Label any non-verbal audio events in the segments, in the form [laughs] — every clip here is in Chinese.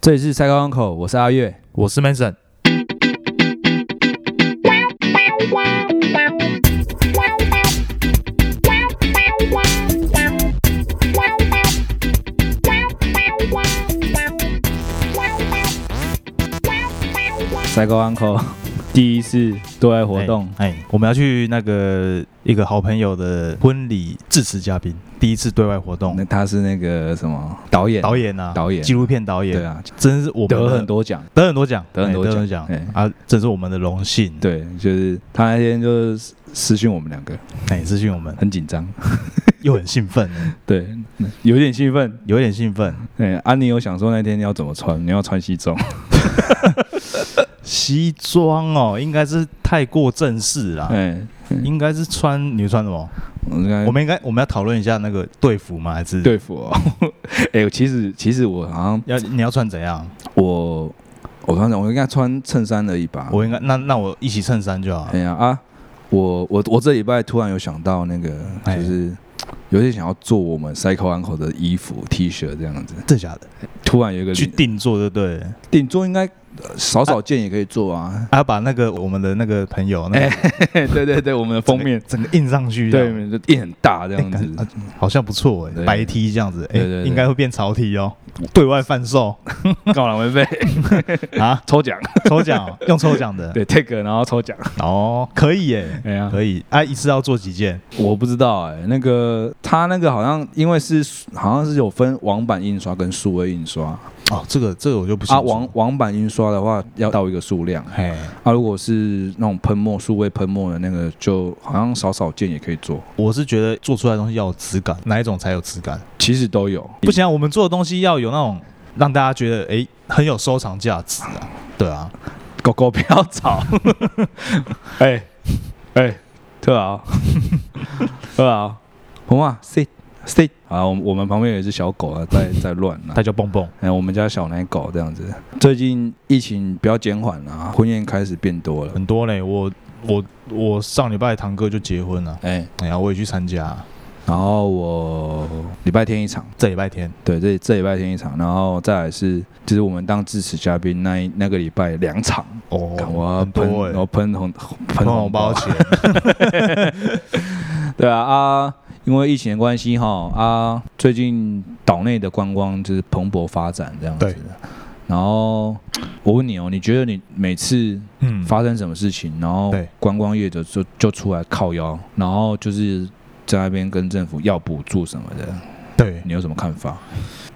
这里是赛高港口，我是阿月。我是 Mason。赛高港口 [laughs] 第一次对外活动，哎、哎我们要去那个一个好朋友的婚礼致辞嘉宾，第一次对外活动哎那，他是那个什么导演？导演啊，导演纪录片导演，对啊，真是我们得的很多奖。得很多奖，得很多哎奖奖哎啊，这是我们的荣幸。，对，就是他那天就是私讯我们两个，哎，私讯我们很紧张，又很兴奋，哎对，有点兴奋。有点兴奋。哎，安妮有想说那天你要怎么穿？你要穿西装？西装哦，应该是太过正式啦，哎，应该是穿你穿什么？我们刚我才们应该我们要讨论一下那个队服吗？还是对付哦。 [laughs] 哎，其实其实我好像要你要穿怎样？我我穿我应该穿衬衫而已吧。我应该那那我一起衬衫就好啊哎。呀啊，我我我这礼拜突然有想到那个，哎就是有点想要做我们 Cycle Uncle 的衣服 T 恤这样子。这假的，突然有一个去灵定做就对了。顶桌应该呃少少见也可以做啊。还要把那个我们的那个朋友，那个对对对，我们的哎封面整个印上 [laughs] 去，对，就印很大这样哎子 [laughs] 感。好像不错对哎，白 T 这样子，哎对对，对应该会变潮 T 哦，对外 [laughs] 贩售高朗会被啊，抽奖，抽奖哦用抽奖的 [laughs] 对 take 然后抽奖。哦，可以耶，哎呀，可以啊，一次要做几件？我不知道哎，那个他那个好像因为是好像是有分网版印刷跟数位印刷哦，这个这个我就不清啊，楚网网版印刷的话要到一个数量。嘿，啊，如果是那种喷墨数位喷墨的那个，就好像少少见也可以做，我是觉得做出来的东西要有质感，哪一种才有质感？其实都有。不行啊，我们做的东西要有那种让大家觉得哎很有收藏价值啊，对啊，狗狗不要吵， [laughs] 哎哎，特 [laughs] 豪，特豪，红啊，sit sit，啊，我们我们旁边有一只小狗啊， [laughs] 在在乱啊它。叫蹦蹦，哎，我们家小奶狗这样子，最近疫情比较减缓了、啊，婚宴开始变多了。很多嘞，我我我上礼拜堂哥就结婚了，哎，哎呀，我也去参加啊。然后我礼拜天一场，这礼拜天对，这这礼拜天一场，然后再来是就是我们当致辞嘉宾那一那个礼拜两场，哦干我要很喷，多我哎、要喷红 [laughs] 喷喷红红包包，钱， [laughs] 对啊啊，因为疫情的关系哈啊，最近岛内的观光就是蓬勃发展这样子对。然后我问你哦，你觉得你每次嗯，发生什么事情，然后对观光业者就就出来靠腰，然后就是在那边跟政府要补助什么的，对，你有什么看法？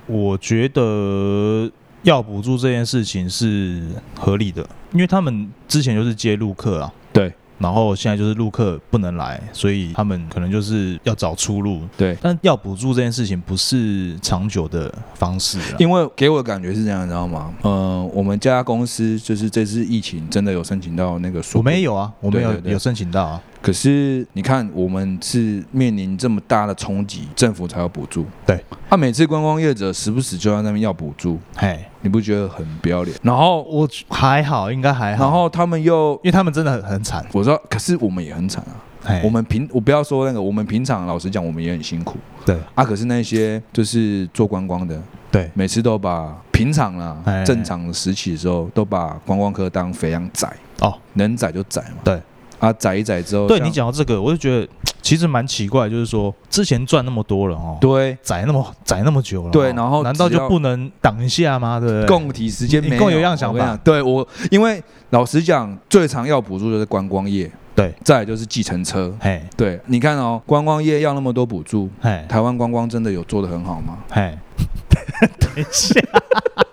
我觉得要补助这件事情是合理的，因为他们之前就是接陆客啊，对，然后现在就是陆客不能来，所以他们可能就是要找出路，对但要补助这件事情不是长久的方式啊，因为给我的感觉是这样，你知道吗？呃，我们家公司就是这次疫情真的有申请到那个我数，们也有啊，我们有对对对有申请到啊，可是你看，我们是面临这么大的冲击，政府才有补助。对，啊，每次观光业者时不时就在那边要补助，嘿，你不觉得很不要脸？然后，我还好，应该还好，然后他们又因。为他们真的很很惨，我知道，可是我们也很惨啊。嘿，我们平我不要说那个，我们平常老实讲，我们也很辛苦对啊。可是那些就是做观光的，对每次都把平常啦哎正常时期的时候，都把观光客当肥羊宰哦，能宰就宰嘛。对，啊，宰一宰之后，对像你，讲到这个，我就觉得其实蛮奇怪，就是说之前赚那么多了哦，对，宰那么宰那么久了哦，对然后难道只要就不能挡一下吗？对不对？供体时间你没共有样想我跟你法讲对我，因为老实讲，最常要补助就是观光业，对，再来就是计程车。嘿，对，你看哦，观光业要那么多补助，嘿，台湾观光真的有做得很好吗？嘿， [laughs] 等一 [laughs] 下，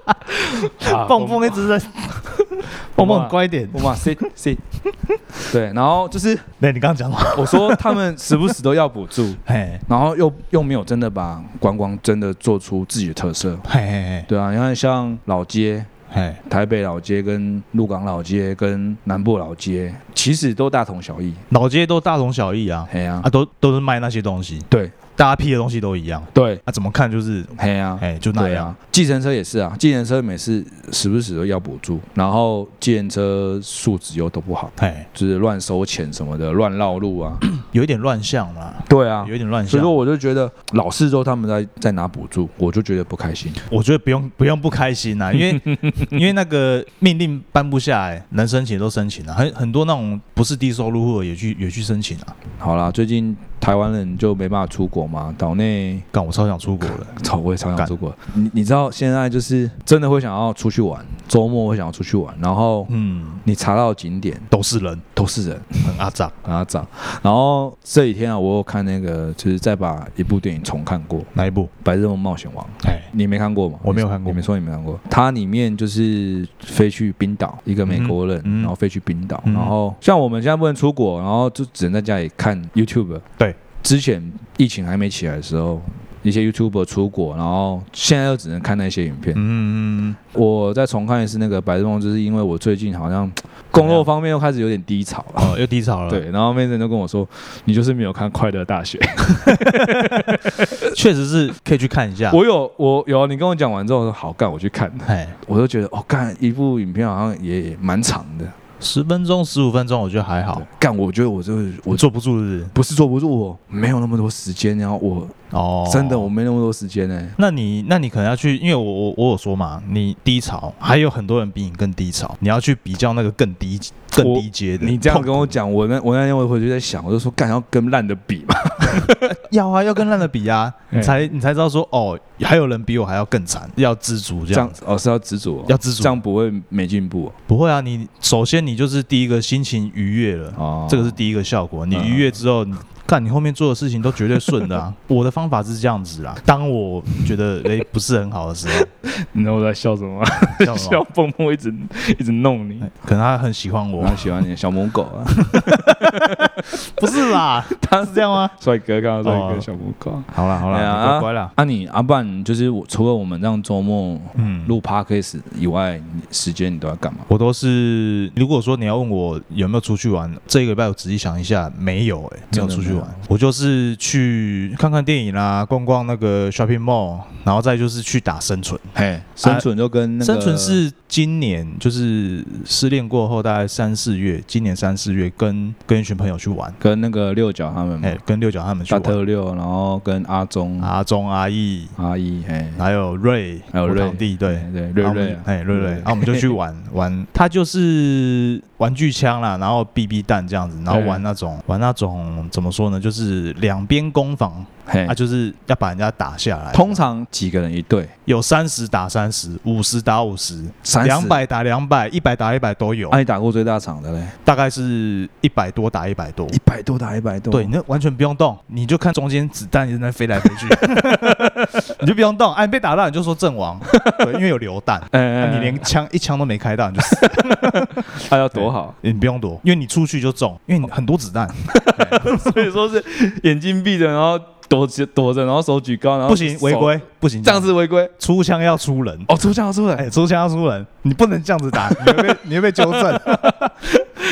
啊蹦蹦一直 [laughs] 在，蹦啊蹦很乖一点。我嘛 C C，对，然后就是对，你刚刚讲话，我说他们时不时都要补助，嘿，然后又又没有真的把观光真的做出自己的特色。嘿嘿对啊，你看像老街、嘿，台北老街、跟鹿港老街、跟南部老街，其实都大同小异。老街都大同小异啊，哎呀、啊，都都是卖那些东西，对大家 P 的东西都一样，啊对，那、怎么看就是嘿呀、哎、就那对样啊，计程车也是啊，计程车每次时不时都要补助，然后计程车素质又都不好，哎、就是乱收钱什么的，乱绕路啊。有一点乱象啦， [coughs] 对啊，有一点乱所以象说。我就觉得老四周他们在在拿补助，我就觉得不开心。我觉得不用不用不开心啊啦、因为 [laughs] 因为那个命令颁布下来，能申请都申请了、啊很很多那种不是低收入户的也去也去申请啊。好啦，最近台湾人就没办法出国嘛，岛内干，我超想出国的， [laughs] 超我也超想出国。你你知道现在就是真的会想要出去玩，周末会想要出去玩，然后嗯，你查到的景点都是人，都是人，很阿杂。然后涨。然后这几天啊，我有看那个，就是再把一部电影重看过，《哪一部？白日梦冒险王》。哎，你没看过吗？我没有看过你没说你没看过。它里面就是飞去冰岛，一个美国人，嗯嗯然后飞去冰岛，嗯然后像我们现在不能出国，然后就只能在家里看 YouTube。对，之前疫情还没起来的时候。一些 YouTuber 出国，然后现在又只能看那些影片。嗯，嗯我再重看一次那个《白日梦》，就是因为我最近好 [clears throat] 像工作方面又开始有点低潮了。嗯哦，又低潮了。，对，然后 Mason 就跟我说：“你就是没有看《快乐大 [laughs] 学》啊确实是可以去看一下。我有，我有。啊你跟我讲完之后，我说好干，我去看。哎，我就觉得，哦，干一部影片好像也也蛮长的。十分钟、十五分钟，我觉得还好对。干，我觉得我就是我我坐不住是不是不是坐不住，我没有那么多时间。然后我、哦，真的我没那么多时间欸呢、那你那你可能要去，因为我我我有说嘛，你低潮，还有很多人比你更低潮，你要去比较那个更低更低阶的。你这样跟我痛讲，我那我那天我回去在想，我就说干要跟烂的比嘛。苦要啊，要跟烂的比啊，哎你才你才知道说哦，还有人比我还要更惨，要知足这这样样子。哦是要执着哦、要知足这样不会没进步哦不会啊，你首先你就是第一个心情愉悦了，哦。这个是第一个效果。你嗯愉悦之后，你干你后面做的事情都绝对顺 [laughs] 的啊。我的方法是这样子啦，当我觉得诶不是很好的 [laughs] 时候，你知道我在 [laughs] 笑什么吗？知道吗？蹦蹦一直一直弄你。可能他很喜欢哎我 [laughs] 我，很喜欢你小母狗啊，不是啦， [laughs] 他是这样吗？ [laughs] 帅哥，刚刚帅哥哦小母狗。好啦好哎呀啦，乖乖啦，啊你，阿半就是我，除了我们这样周末嗯，录 podcast 以外，你时间你都要干嘛？我都是，如果说你要问我有没有出去玩，这个礼拜我仔细想一下，没有哎、没真有的出去没有玩，我就是去看看电影啦，逛逛那个 shopping mall，然后再就是去打生存。嘿，生存就跟那个生存是今年就是失恋过后，大概三四月，今年三四月跟跟一群朋友去玩，跟那个六角他们嘛哎、，跟六角啊他们去大嗯玩，特六，然后跟阿忠、阿忠阿义，阿义，嘿，还有瑞，还有我瑞堂弟，对，对，瑞瑞啊，哎，瑞瑞，然后我们就去玩玩，他就是玩具枪啦，然后 BB 弹这样子，然后对玩那种玩那种怎么说呢，就是两边攻防， [laughs] 嘿啊，，就是要把人家打下来。哎通常几个人一队，有三十打三十，五十打五十， 30两，百打两百，一百打一百都有啊，，你打过最大场的嘞，大概是一百多打一百多。一百多打一百多，对，，那完全不用动，你就看中间子弹在那飞来飞 [laughs] 去，你就不用动，哎、你被打到你就说阵 [laughs] 亡，对，因为有流弹，哎啊、你连枪一枪都没开到你就死他要多 [laughs] 好，你不用躲，因为你出去就中，因为你很多子弹。所以说是眼睛闭着，然后躲着躲着，然后手举高，然后不行，哦手违，规，不行，这样子违规，出枪要出人。哦，出枪出来哎，出枪要出人，你不能这样子 [laughs] 打，你会被你会被纠正。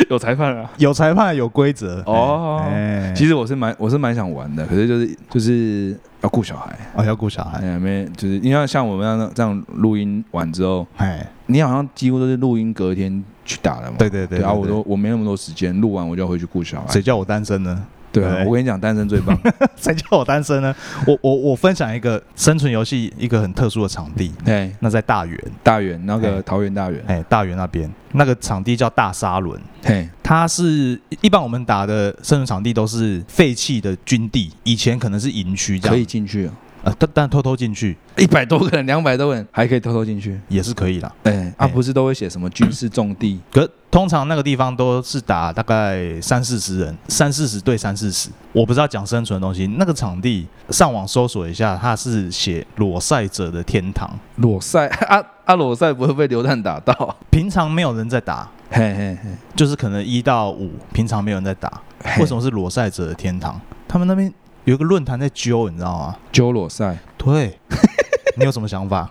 有裁判了。有裁判，有规则。哎哦哎，其实实我是蛮我是蛮想玩的，可是就是就是要顾小孩，哦要顾小孩，哎，没就是因为像我们这样这样录音完之后，哎，你好像几乎都是录音隔天去打的嘛。对对对啊，我对都我没那么多时间，录完我就要回去顾小孩哎谁。叫我单身呢？ [laughs] 对啊，对我跟你讲，单身最 [laughs] 棒。谁叫我单身呢？我我我分享一个生存游戏，一个很特殊的场地，哎，那在大园，大园那个哎桃园大园，哎，大园那边那个场地叫大沙轮，嘿，它是一般我们打的生存场地都是废弃的军地，以前可能是营区这样，可以进去哦，呃，但但偷偷进去一百多个人，两百多个人还可以偷偷进去。也是可以啦。哎，啊，哎不是都会写什么军事重地？可通常那个地方都是打大概三四十人，三四十对三四十。我不知道讲生存的东西，那个场地上网搜索一下，它是写裸赛者的天堂。裸赛 [laughs] 啊啊，裸赛不会被流弹打 [laughs] 到。平常没有人在打，嘿嘿嘿就是可能一到五，平常没有人在打。嘿，为什么是裸赛者的天堂？他们那边有一个论坛在揪，你知道吗？ [laughs] 揪裸赛？对，你有什么想法？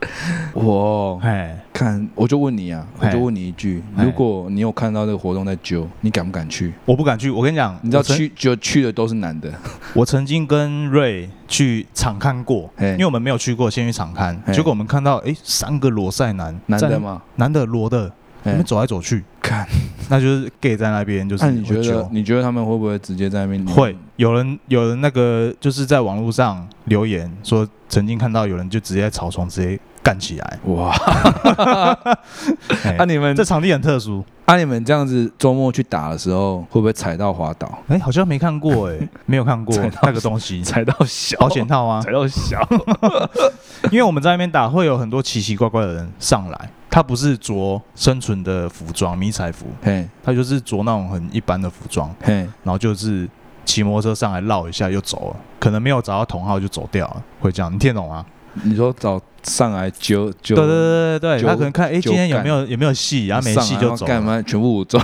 我哎，看看，我就问你啊，我嘿就问你一句，嘿如果你有看到这个活动在揪，你敢不敢去？我不敢去。我跟你讲，你知道我曾去就去的都是男的，我曾经跟瑞去场看过，嘿因为我们没有去过，先去场看，嘿结果我们看到哎、诶三个裸赛男，男在的？吗？男的裸的，他哎们走来走去，看，那就是 gay 在那边，就是那啊你会觉得嗯揪你觉得他们会不会直接在那边会有人有人那个就是在网络上留言说，曾经看到有人就直接在草丛直接干起 [laughs] 来。哇？ [laughs] 嘿啊那你们这场地很特殊，啊，你们这样子周末去打的时候，会不会踩到滑倒？哎、好像没看过、 [laughs] 哎，没有看过踩到那个东 [laughs] 西，踩到小保险套 [laughs] 啊，踩到小，因为我们在那边打，会有很多奇奇怪怪的人上来，他不是着生存的服装迷彩服，嘿他就是着那种很一般的服装，嘿，然后就是骑摩托车上来绕一下又走了，可能没有找到同号就走掉了，会这样，你听懂吗？你说找上来揪揪，对对对对对，就他可能看哎、就今天有没有有没有戏，然后没上戏来就走干了。嘛？全部武 [laughs] 装，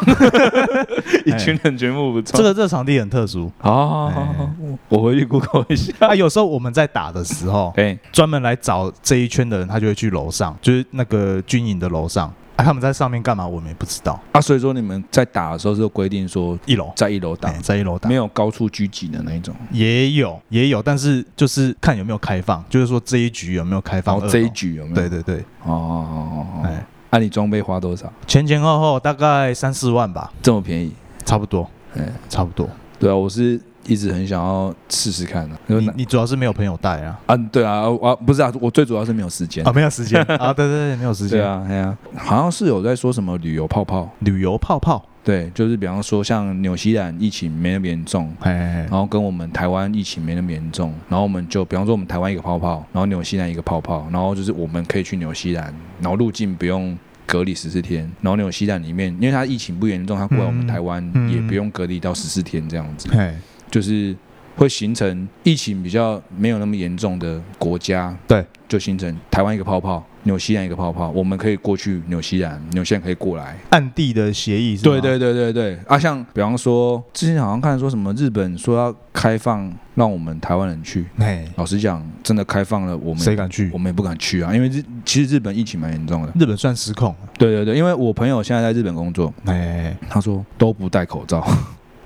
一群人全部武装。这个这个场地很 [laughs] 特殊好好好好好，我回去 Google 一下。啊，有时候我们在打的时 [laughs] 候，哎专门来找这一圈的人，他就会去楼上，就是那个军营的楼上。啊，他们在上面干嘛？我们也不知道。啊，所以说你们在打的时候是有规定说一楼在一楼打哎，在一楼打没，有高处狙击的那一种。也有也有，但是就是看有没有开放，就是说这一局有没有开然放二后楼。哦这一局有没有？对对对，哦哦哦哦哎哦。，啊，你装备花多少？前前后后大概三四万吧，这么便宜？差不多，哎，差不多。对啊，我是一直很想要试试看的、啊。你你主要是没有朋友带啊，啊，对啊，啊不是啊，我最主要是没有时间。啊，没有 [laughs] 时间啊，对对对，没有时对间。啊，哎呀、好像是有在说什么旅游泡泡，旅游泡泡，对，就是比方说像纽西兰疫情没那么严重，哎然，后跟我们台湾疫情没那么严重，然后我们就比方说我们台湾一个泡泡，然后纽西兰一个泡泡，然后就是我们可以去纽西兰，然后入境不用隔离十四天，然后纽西兰里面因为它疫情不严重，它过来我们嗯台湾嗯也不用隔离到十四天这样子，哎，就是会形成疫情比较没有那么严重的国家，对，就形成台湾一个泡泡，纽西兰一个泡泡，我们可以过去纽西兰，纽西兰可以过来，暗地的协议是吗对对对对对啊，像比方说，之前好像看说什么日本说要开放让我们台湾人去，哎，老实讲，真的开放了，我们谁敢去我？们也不敢去啊，因为日其实日本疫情蛮严重的。日本算失控了，对对对，因为我朋友现在在日本工作，哎，他说都不戴口罩，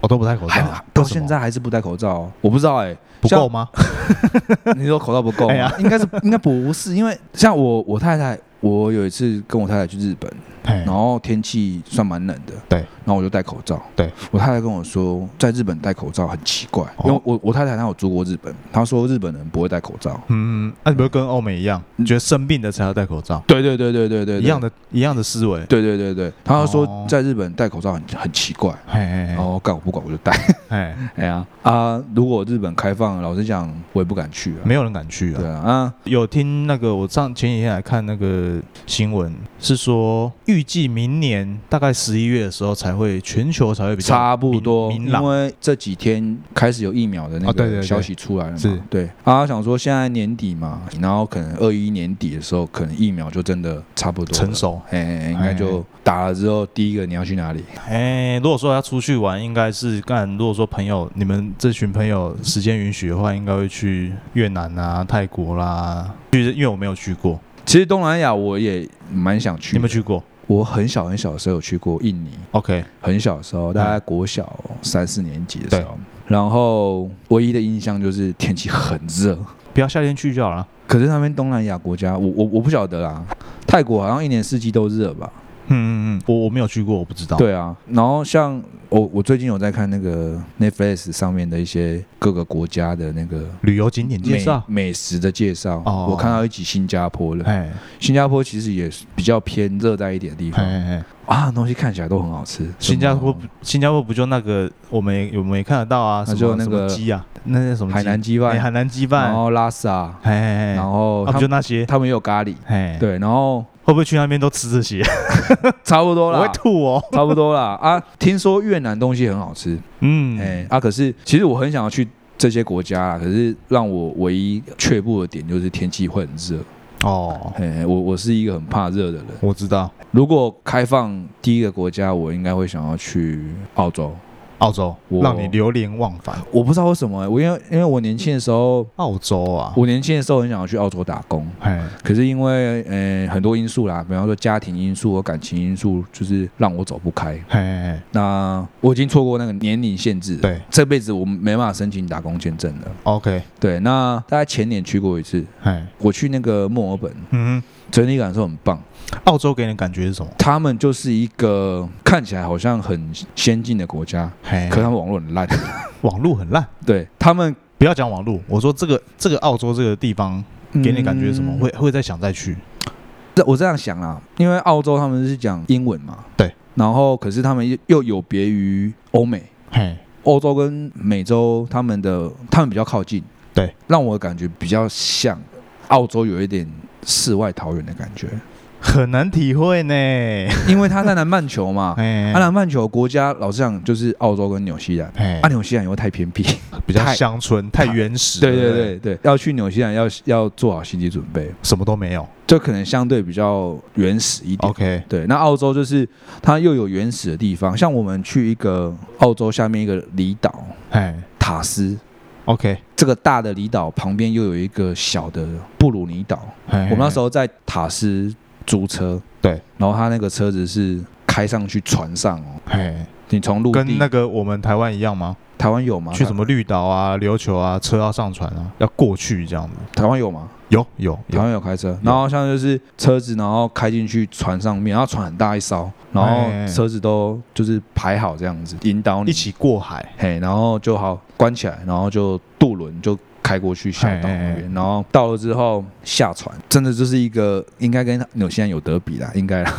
我都不戴口罩还啊，到为什么现在还是不戴口罩哦、我不知道哎、不像够吗？你说口罩不够吗？哎呀应该是应该不是，因为像我我太太，我有一次跟我太太去日本，哎然后天气算蛮冷的，对然后我就戴口罩。对我太太跟我说，在日本戴口罩很奇怪，哦因为我我太太她有住过日本，她说日本人不会戴口罩。嗯，那你不会跟欧美一样，你觉得生病的才要戴口罩？对对对对对嗯对，一样的。的，一样的思维。对对对对，她说哦在日本戴口罩很很奇怪。哎哦，干我不管我就戴。哎，哎呀啊，如果日本开放，老实讲我也不敢去啊。没有人敢去对啊。啊啊，有听那个，我上前几天还看那个新闻，是说预计明年大概十一月的时候才会全球才会比较差不多，明因明朗为这几天开始有疫苗的那啊对对个对消息出来了嘛，是对啊，想说现在年底嘛，然后可能二一年底的时候，可能疫苗就真的差不多了成，熟。哎哎，哎应该就打了之后，第一个你要去哪里？哎，如果说要出去玩，应该是干。如果说朋友，你们这群朋友时间允许的话，应该会去越南啊、泰国啦。去，因为我没有去过，其实东南亚我也蛮想去，你有没有？去过我很小很小的时候有去过印尼， ？OK，很小的时嗯候，大概国小三四年级的时候，然后唯一的印象就是天气很热，不要夏天去就好了。可是那边东南亚国家，我我我不晓得啊，泰国好像一年四季都热吧。嗯嗯嗯，我我没有去过，我不知道。，对啊，然后像我我最近有在看那个 Netflix 上面的一些各个国家的那个旅游景点介美绍。美食的介绍，哦我看到一集新加坡了。哎新加坡其实也是比较偏热带一点的地哎方哎，哎啊，东西看起来都很好吃。新加坡什么新加坡不就那个我们也我们也看得到啊，那什就么那什么个鸡啊，那那什么鸡海南鸡哎海饭，南鸡然饭，后拉萨，哎哎，然后啊他不就们那些，他们也有咖喱，哎，，对，然后会不会去那边都吃这些？差不多我会啦，吐哦。差不多啦啊！听说越南东西很好吃，嗯，哎、啊，可是其实我很想要去这些国家啦，可是让我唯一却步的点就是天气会很热。哦，哎、我我是一个很怕热的人。我知道，如果开放第一个国家，我应该会想要去澳洲。澳洲，我让你流连忘返。我不知道为什么欸、我因为因为我年轻的时候，澳洲啊，我年轻的时候很想要去澳洲打工，哎，可是因为呃很多因素啦，比方说家庭因素和感情因素，就是让我走不开。嘿，那我已经错过那个年龄限制了，对这辈子我没办法申请打工签证了。 ，OK，对，那大概前年去过一次，嘿，我去那个墨尔本，嗯整体感受很棒。哼，澳洲给你的感觉是什么？他们就是一个看起来好像很先进的国家，嘿，可他们网络很烂。 [laughs] 网络很烂，对他们不要讲网络，我说这个这个澳洲这个地方给你的感觉是什么？嗯会会再想再去？这我这样想啦，因为澳洲他们是讲英文嘛，对，然后可是他们又又有别于欧美，嘿，欧洲跟美洲他们的他们比较靠近，对，让我感觉比较像澳洲有一点世外桃源的感觉，很难体会呢。因为他在南半球嘛， [laughs] 哎啊，，南半球国家老实讲就是澳洲跟纽西兰，哎啊，，纽西兰又太偏 [laughs] 僻，比较太乡村，太原始，对不对对对，要去纽西兰要要做好心理准备，什么都没有。就可能相对比较原始一点。 OK，对，那澳洲就是它又有原始的地方，像我们去一个澳洲下面一个离岛嘿塔斯， ，OK，这个大的离岛旁边又有一个小的布鲁尼岛。我我们那时候在塔斯租车，哎对，然后他那个车子是开上去船上哦，嘿，你从陆跟地那个我们台湾一样吗？台湾有吗？去什么绿岛啊、琉球啊，车要上船啊，要过去这样子。台湾有吗？有有台有，湾有开车，然后像就是车子，然后开进去船上面，然后船很大一艘，然哎后车子都就是排好这样子，引导你一起过海。嘿，然后就好关起来，然后就渡轮就开过去下岛那嘿嘿边，然后到了之后下船，真的就是一个应该跟纽西兰有得比啦，应该 [laughs] 啦，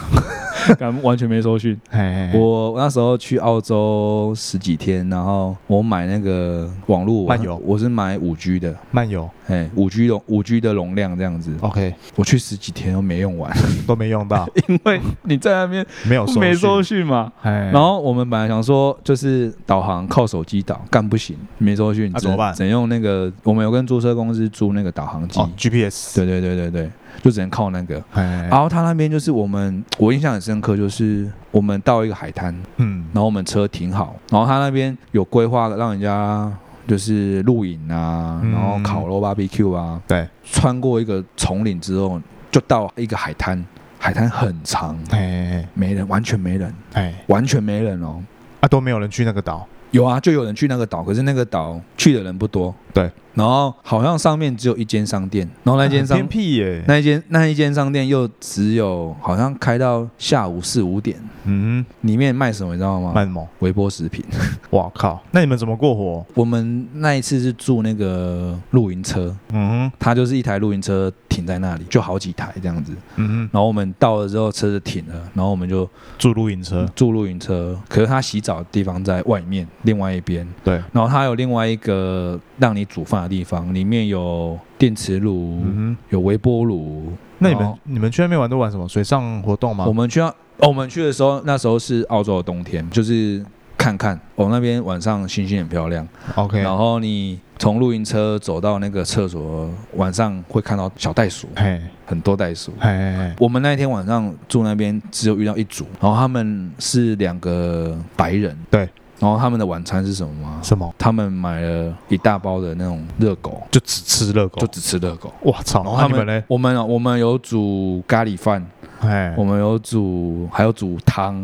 刚完全没收讯。嘿，嘿我那时候去澳洲十几天，然后我买那个网络漫游我是买五 G 的，漫游哎，五 G 容五 G 的容量这样子， ，OK，我去十几天都没用完，都没用到， [laughs] 因为你在那边没有收没收讯。讯哎嘛。然然后我们本来想说，就是导航靠手机导，干不行，没收讯，那只怎么办只能用那个，我们有跟租车公司租那个导航机，哦，GPS，对对啊对对对，就只能靠那个。嘿，嘿然后他那边就是我们，我印象很深刻，就是我们到一个海滩，嗯，然后我们车停好，然后他那边有规划让人家就是露营啊，嗯然后烤肉 barbecue 啊，对，穿过一个丛林之后，就到一个海滩，海滩很长，嘿嘿没人，完全没人，嘿，嘿完全没人哦。啊，都没有人去那个岛。有啊，就有人去那个岛，可是那个岛去的人不多。对，然后好像上面只有一间商店，然后那间很商、[laughs] [laughs] 偏僻耶。那一间那一间商店又只有好像开到下午四五点，嗯，里面卖什么你知道吗？慢猛，微波食品。哇靠！那你们怎么过活？我们那一次是住那个露营车，嗯哼它就是一台露营车停在那里，就好几台这样子。嗯然后我们到了之后，车子停了，然后我们就哼，住露营车，住露营车。可是他洗澡的地方在外面另外一边，对，然后它有另外一个让你煮饭的地方，里面有电磁炉，嗯哼。有微波炉。那你然们后你们去那边玩都玩什么？水上活动吗我？们去到、哦，我们去的时候，那时候是澳洲的冬天，就是看看哦，那边晚上星星很漂亮。 OK，然后你从露营车走到那个厕所，晚上会看到小袋鼠，嘿，很多袋鼠嘿。嘿，嘿我们那一天晚上住那边，只有遇到一组，然后他们是两个白人，对。然后他们的晚餐是什么吗？什么？他们买了一大包的那种热狗，就只吃热狗就？只吃热狗。我操！然后那他你们们嘞？我们啊我们有煮咖喱饭，哎哦我，们有煮，还有煮汤，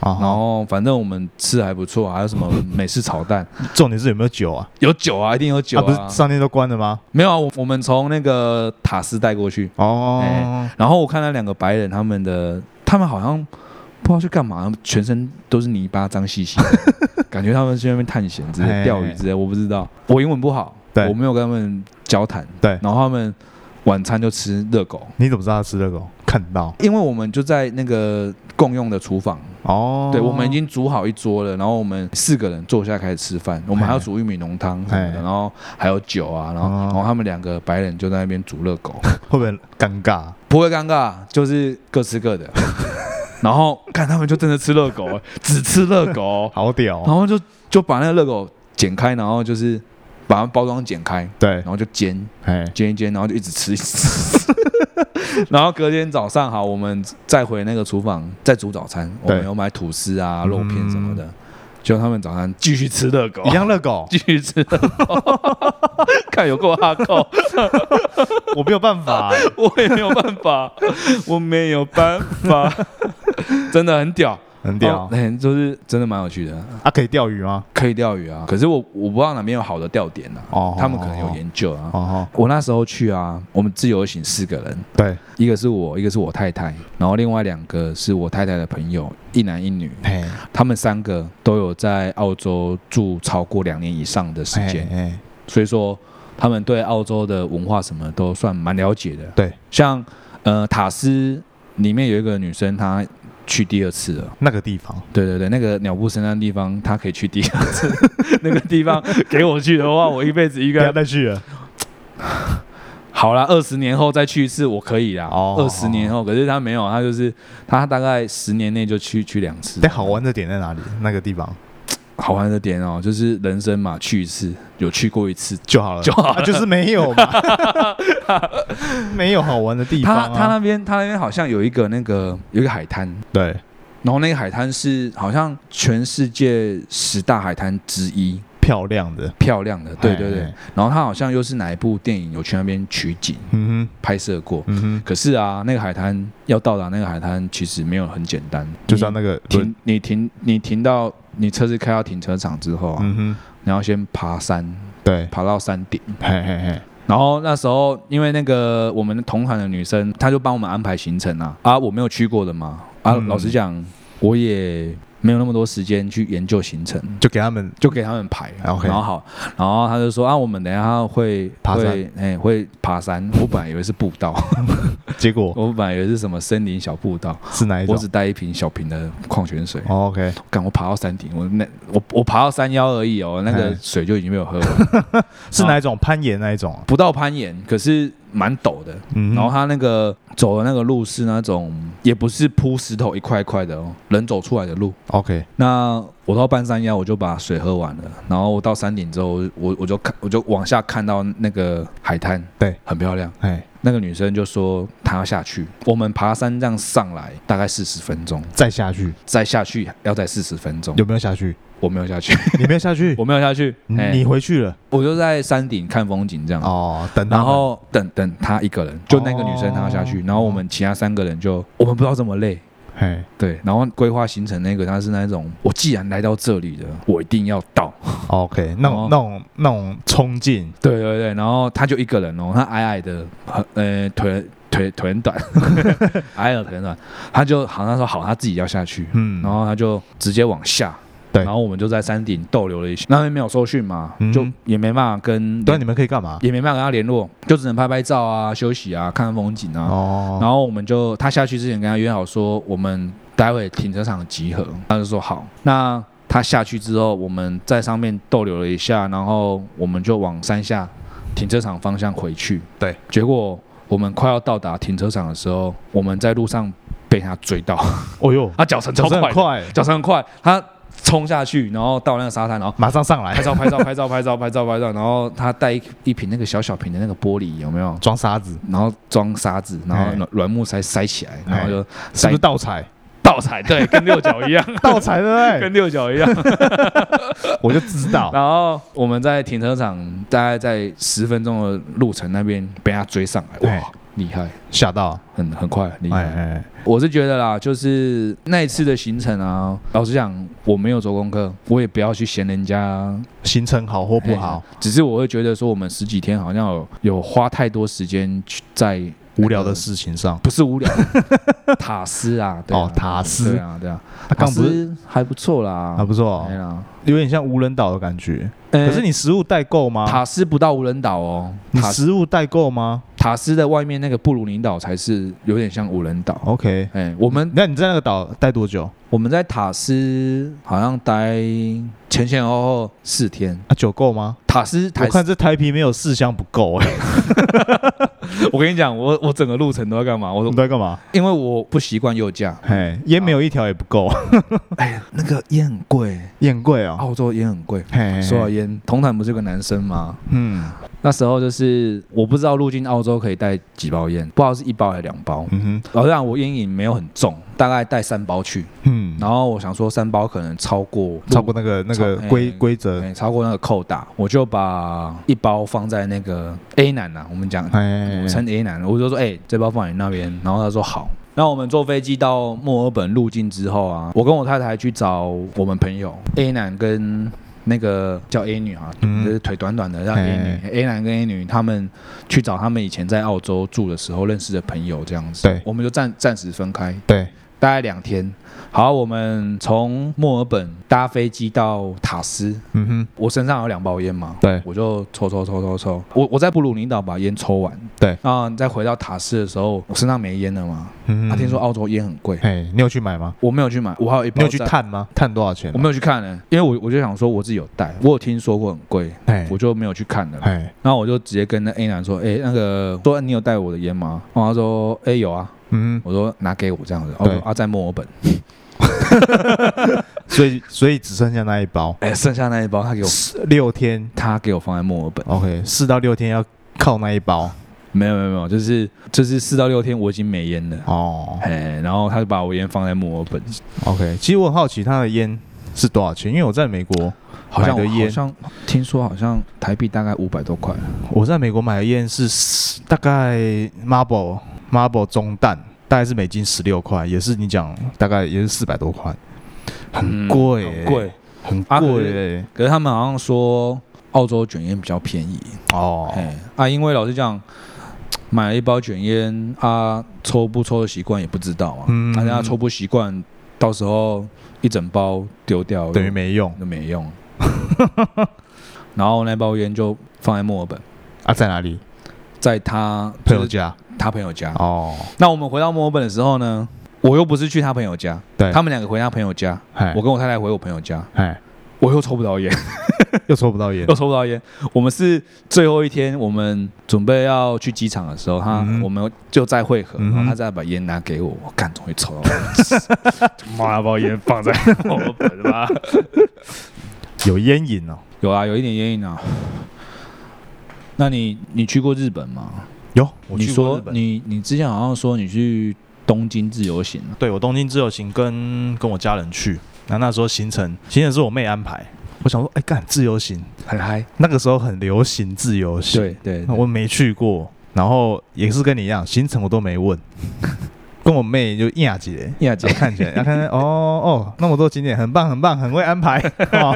然然后反正我们吃的还不错，还有什么美式炒蛋，重点是有没有酒啊？有酒啊，一定有酒啊，不啊是。商店都关了吗？没有啊，我我们从那个塔斯带过去，哦哎，然后我看那两个白人，他们的他们好像不知道去干嘛，全身都是泥巴，脏兮兮的， [laughs] 感觉他们去那边探险之哎类、钓鱼之类，我不知道。我英文不好，对我没有跟他们交谈，对，然后他们晚餐就吃热狗。你怎么知道他吃热狗？看到因为我们就在那个共用的厨房，哦，对，我们已经煮好一桌了，然后我们四个人坐下开始吃饭，我们还要煮玉米浓汤什么哎的，然后还有酒啊，然后哦然后他们两个白人就在那边煮热狗，会不会尴尬？不会尴尬，就是各吃各的， [laughs] 然后看他们就真的吃热狗，只吃热狗，好屌 [laughs] 然哦，后就就把那个热狗剪开，然后就是把它包装剪开，对然，后就煎，哎，煎一煎，然后就一直吃，一直 [laughs] 吃。然后隔天早上好，我们再回那个厨房再煮早餐，我嗯对们有买吐司啊、肉片什么的，结果他们早上继续吃热狗一，样热狗，继续吃热 [laughs] 狗，看有够哈扣，我没有 [laughs] 办法、欸我也没有办 [laughs] 法，我没有办法，真的很屌，很屌哦。哎、就是真的蛮有趣的，啊，可以钓鱼吗？可以钓鱼啊。可是我我不知道哪边有好的钓点啊，哦他们可能有研究啊。哦哦，我那时候去啊，我们自由行四个人，对，一个是我，一个是我太太，然后另外两个是我太太的朋友，一男一女，嘿，他们三个都有在澳洲住超过两年以上的时间，嘿，嘿所以说他们对澳洲的文化什么都算蛮了解的。对，像呃塔斯里面有一个女生，她去第二次了。那个地方，对对对，那个鸟不生蛋的地方，她可以去第二次。 [laughs] 那个地方给我去的话，我一辈子应不要该再去了。好啦，二十年后再去一次，我可以啦。哦二十年后，可是她没有，她就是她大概十年内就去去两次。但好玩的点在哪里？那个地方好玩的点哦，就是人生嘛，去一次有去过一次就好了，就好啊 [laughs] 就是没有嘛，没有好玩的地方他啊。他那边他那边好像有一个那个有一个海滩，对然后那个海滩是好像全世界十大海滩之一，漂亮的，哎漂亮的，对对对嘿。，嘿然后他好像又是哪一部电影有去那边取景嗯拍摄过。哼，嗯哼，可是啊，那个海滩要到达那个海滩其实没有很简单，就是要那个你轮，停你停你停到你车子开到停车场之后啊，嗯哼，你要先爬山，对，爬到山顶。嘿嘿嘿，然后那时候，因为那个我们同行的女生，她就帮我们安排行程啊。啊，我没有去过的嘛。啊，嗯老实讲，我也没有那么多时间去研究行程，就给他们就给他们排。 OK 然后好，然后她就说啊，我们等一下会爬山会哎、会爬山。 [laughs] 我本来以为是步 [laughs] 道，结果我本来以为是什么森林小步道，是哪一我种只带一瓶小瓶的矿泉水。哦？OK，赶我爬到山顶，我那我我爬到山腰而已哦，那个哎水就已经被我喝完了， [laughs] 是哪一种攀岩那一种啊？不到攀岩，可是蛮陡的。嗯哼，然后他那个走的那个路是那种，也不是铺石头一块一块的哦，人走出来的路。 OK，那我到半山腰，我就把水喝完了，然后我到山顶之后，我我就看我就往下看到那个海滩，对，很漂亮。哎，那个女生就说她要下去，我们爬山这样上来大概四十分钟，再下去再下去要再四十分钟。有没有下去？我没有 [laughs] 下去，你没有下 [laughs] 去，我没有下去，你哎你回去了我就在山顶看风景这样。哦，等他然们后等等她一个人，就那个女生她要下去，哦然后我们其他三个人就我们不知道这么累，嘿，对，然后规划行程那个他是那种，我既然来到这里了，我一定要到。 [laughs] OK，那种、哦那种那种冲劲，对对对，然后他就一个人哦，他矮矮的，很呃腿腿腿很短， [laughs] 矮矮的腿很短，他就好像说好他自己要下去，嗯，然后他就直接往下。对然后我们就在山顶逗留了一下，那边没有收讯嘛，嗯就也没办法跟，对啊，你们可以干嘛？也没办法跟他联络，就只能拍拍照啊、休息啊、看看风景啊。哦，然后我们就他下去之前跟他约好说，我们待会停车场集合。他就说好。那他下去之后，我们在上面逗留了一下，然后我们就往山下停车场方向回去。对，结果我们快要到达停车场的时候，我们在路上被他追 [laughs] 到，哦哟，他脚程哎超脚程快很的，快，脚程很快，他冲下去，然后到那个沙滩，然后。马上上拍来照，拍照，拍照，拍照，拍照，拍照。然后他带一一瓶那个小小瓶的那个玻璃，有没有？装沙子，然后装沙子，然后哎软软木塞塞起来，然后就是塞不是倒 [laughs] 踩？倒踩， [laughs] 对，跟六角一样，倒踩对不跟六角一 [laughs] 样。对？我就知道，然后我们在停车场，大概在十分钟的路程那边被他追上来，哇哎，厉害，吓到，很很快，很厉哎害。哎，哎我是觉得啦，就是那一次的行程啊，老实讲，我没有做功课，我也不要去嫌人家行程好或不好，，只是我会觉得说，我们十几天好像有有花太多时间去在呃无聊的事情上，不是无 [laughs] 聊，塔斯啊，对啊哦塔斯对啊，对啊，他刚不是塔斯还不错啦，还不错对哦，啦。有点像无人岛的感觉。可啊可是你食物代购吗？塔斯不到无人岛哦，你塔食物代购吗塔斯的外面那个布鲁尼岛才是有点像无人岛。 ？OK，哎，我们那你在那个岛待多久？我们在塔斯好像待前前后后四天。啊，酒够吗？塔斯，塔我斯，看这台啤没有四箱不够 [laughs] 哎，我跟你讲，我我整个路程都在干嘛？我你说，在干嘛？因为我不习惯右驾，嘿，烟没有一条也不够，哎，那个烟很贵，烟贵哦。澳洲烟很贵。嘿，嘿说到烟，同台不是有个男生吗？嗯那时候就是我不知道入境澳洲可以带几包烟，不知道是一包还是两包。嗯哼，老实讲，我烟瘾没有很重，大概带三包去，嗯，然后我想说三包可能超过超过那个那个超规哎规则，哎超过那个扣打，我就把一包放在那个 A 男啊，我们讲哎，称 A 男，我就说哎、这包放你那边，然后他说好。那我们坐飞机到墨尔本入境之后啊，我跟我太太去找我们朋友 A 男跟那个叫 A 女啊，嗯哎就是腿短短的叫 A 女、a 男跟 A 女他们去找他们以前在澳洲住的时候认识的朋友这样子，对我们就暂暂时分开，对，大概两天。好，我们从墨尔本搭飞机到塔斯，嗯哼，我身上有两包烟嘛，对我就抽抽抽抽抽，我我在布鲁尼岛把烟抽完，对啊，再回到塔斯的时候，我身上没烟了嘛，他、嗯哼，啊听说澳洲烟很贵，哎，你有去买吗？我没有去买，我还有一包你有去在，探吗？探多少钱啊？我没有去看呢、因为我我就想说我自己有带，我有听说过很贵，哎我就没有去看了，哎，然后我就直接跟那 A 男说，哎、那个说你有带我的烟吗？然后他说，哎、有啊，嗯我说拿给我这样子，对哦啊在墨尔本，哼，所以所以只剩下那一包，哎、剩下那一包他给我，四六天他给我放在墨尔本。 ，OK，四到六天要靠那一包没有没有没有，就是就是四到六天我已经没烟了，哦哎，然后他就把我烟放在墨尔本， ，OK。其实我很好奇他的烟是多少钱，因为我在美国，好像买的烟好像听说好像台币大概五百多块，我在美国买的烟是十大概 Marble Marble 中弹，大概是美金十六块，也是你讲大概也是四百多块，很嗯贵、很，贵。很啊可贵、是可是他们好像说澳洲卷烟比较便宜，哦，哎啊，因为老实讲，买了一包卷烟啊，抽不抽的习惯也不知道啊，嗯大家抽不习惯，到时候一整包丢掉等于没用都没用。 [laughs] 然后那包烟就放在墨尔本，啊，在哪里？在他就朋友是家他朋友家，哦，那我们回到墨尔本的时候呢，我又不是去他朋友家，对，他们两个回他朋友家，哎我跟我太太回我朋友家，哎，我又抽不到烟，又抽不到烟 [laughs] 又，抽不到烟。我们是最后一天，我们准备要去机场的时候，他、嗯我们就再会合，嗯哼然后他再把烟拿给我，我干，终于抽到了，妈那包烟放在墨尔本吧， [laughs] 有烟瘾哦，有啊，有一点烟瘾啊。那你你去过日本吗？有。我你去过说日本，你你之前好像说你去东京自由行啊，对我东京自由行跟跟我家人去，那那时候行程行程是我妹安排，我想说，哎，干自由行，很嗨，那个时候很流行自由行，对对那对 [laughs] 我没去过，然后也是跟你一样，行程我都没问， [laughs] 跟我妹就亚姐。亚姐 [laughs] 就看起来，要看 [laughs] 哦哦，那么多景点，很棒很棒，很会安排， [laughs] 哦、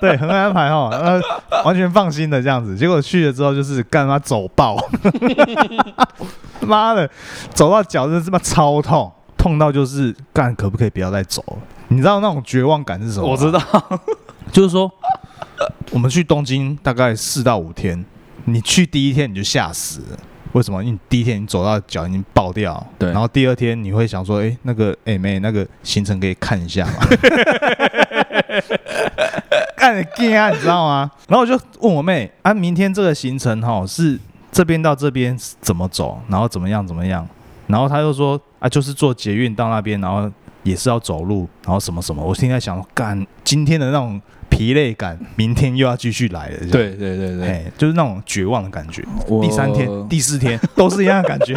对，很会安排哦，呃，完全放心的这样子。结果去了之后就是干嘛走爆， [laughs] 妈的，走到脚真的是妈超痛，痛到就是干可不可以不要再走了？你知道那种绝望感是什么？我知道。道。 [laughs] 就是说，我们去东京大概四到五天，你去第一天你就吓死了。为什么？因为你第一天你走到脚已经爆掉，对然后第二天你会想说，哎、那个，哎、妹，那个行程可以看一下吗？ [laughs] 干惊啊，你知道吗？然后我就问我妹，啊，明天这个行程哈是这边到这边是怎么走，然后怎么样怎么样，然后她就说，啊，就是坐捷运到那边，然后也是要走路，然后什么什么。我现在想，干今天的那种疲累感，明天又要继续来了。这样， [laughs] 对对对对，哎，就是那种绝望的感觉。我第三天、第四天都是一样的感觉，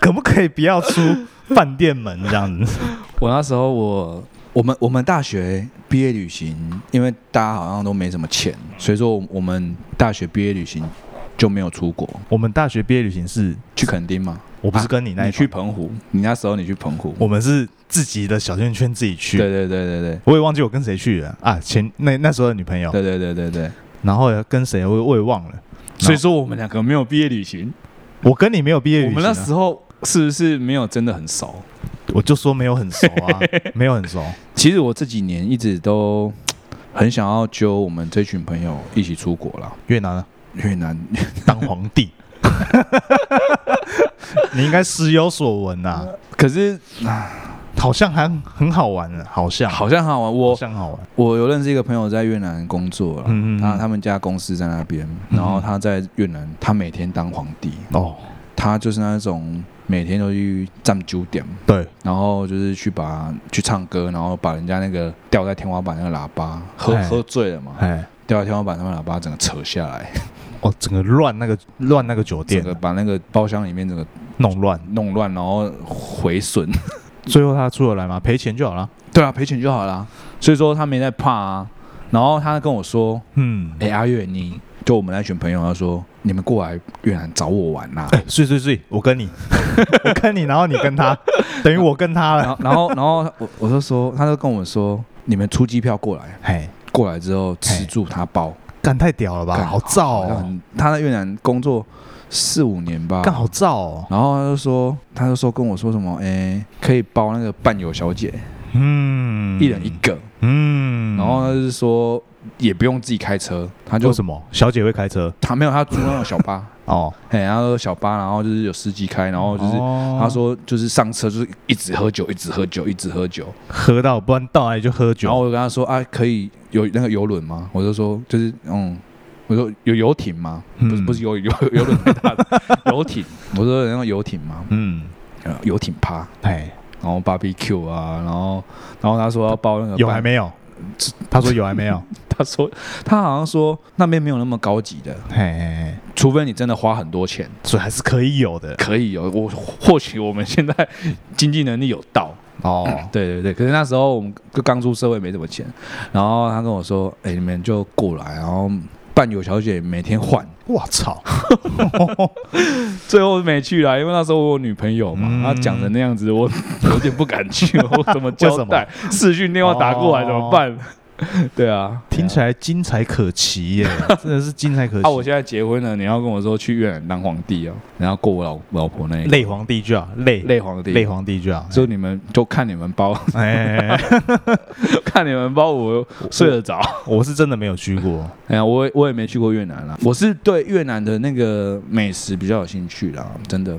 可不可以不要出饭店门这 [laughs] 样子？我那时候我我们我们大学毕业旅行，因为大家好像都没什么钱，所以说我们大学毕业旅行就没有出国，我们大学毕业旅行是，去垦丁嘛。我不是跟你那啊一你团去，澎湖，你那时候你去澎湖，我们是自己的小圈圈自己对去。哦对对对对我也忘记我跟谁去了啊，前那那时候的女朋友，对对对对对，然后跟谁我也我也忘了。所以说我们两个没有毕业旅行，我跟你没有毕业我旅们行、那啊，时候是不是没有真的很熟？我就说没有很熟 [laughs] 啊，没有很熟。其实我这几年一直都很想要揪我们这群朋友一起出国啦，越南啊越南 [laughs] 当皇帝，你应该时有所闻呐、可是好像还很好玩啊，好像好像很好玩，我好像好玩，我有认识一个朋友在越南工作了，嗯嗯嗯他他们家公司在那边，嗯然后他在越南，他每天当皇帝，哦，他就是那种每天都去站九点，对，然后就是去把去唱歌，然后把人家那个吊在天花板那个喇叭，喝哎喝醉了嘛，哎，吊在天花板那个喇叭整个扯下来，哦，整个乱那个乱那个酒整店个把那个包厢里面整个弄乱，弄乱，然后毁损，最后他出得来吗？赔钱就好了。对啊，赔钱就好啦。所以说他没在怕啊。然后他跟我说嗯：“，哎、阿月，你就我们那群朋友，他说你们过来越南找我玩啊啦、哎，睡睡睡，我 [laughs] 跟你，我跟你，然后你跟他，等于我跟他然了。后，然后，然后我我就说，他就跟我说，你们出机票过来，嘿，过来之后吃住他包。干太屌了吧？干好燥好像哦，很他在越南工作四五年吧，干好燥哦。然后他就说，他就说跟我说什么，哎、可以包那个伴游小姐，嗯，一人一，个，嗯，然后他就是说也不用自己开车，他就为什么？小姐会开车他没有他租那种小巴，哦，哎，然后小巴，然后就是有司机开，然后就是。哦他说，就是上车就是一直喝酒，一直喝酒，一直喝酒。喝到，不然到哪里就喝酒。然后我就跟他说啊，可以有那个游轮吗？我就说就是嗯，我说有游艇吗？嗯不是不是游游游轮太大了，游艇。我说有那个游艇吗？嗯，呃游艇趴，哎，然后 BBQ 啊，然后然后他说要包那个有伴还？没有？他说有还没有？他说他好像说那边没有那么高级的， [laughs] 嘿嘿嘿，除非你真的花很多钱。所以还是可以有的可以有我或许我们现在经济能力有到，哦。对对对，可是那时候我们就刚出社会，没什么钱。然后他跟我说：“哎、你们就过来，然后伴游小姐每天换。我操，”最后没去啦，因为那时候我有女朋友嘛嗯，她讲成那样子，我有点不敢去，我怎么交 [laughs] 代？视讯电话打过来怎么办？哦对啊，听起来。来精彩可期耶，真的是精彩可啊，我期。现在结婚了，你要跟我说去越南当皇帝哦，然后过我老老婆那一累皇帝就好，累累皇帝，累皇帝 [laughs] 就好。就你们就看你们包，啊 [laughs] 哎哎，哎看你们包我睡得着。我是真的没有去过。哎呀，我也我也没去过越南啦，我是对越南的那个美食比较有兴趣啦，真的。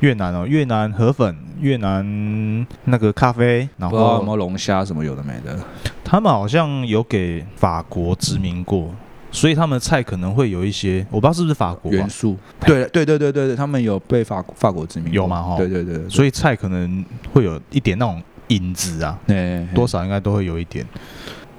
越南哦，越南河粉，越南那个咖啡，然不知道有没后有龙虾什么有的没的，他们好像有给法国殖民过，所以他们的菜可能会有一些，我不知道是不是法国吧元素。对对对对对对，他们有被法法国殖民过有吗吼对对对对，所以菜可能会有一点那种影子啊，哎，多多少应该都会有一点。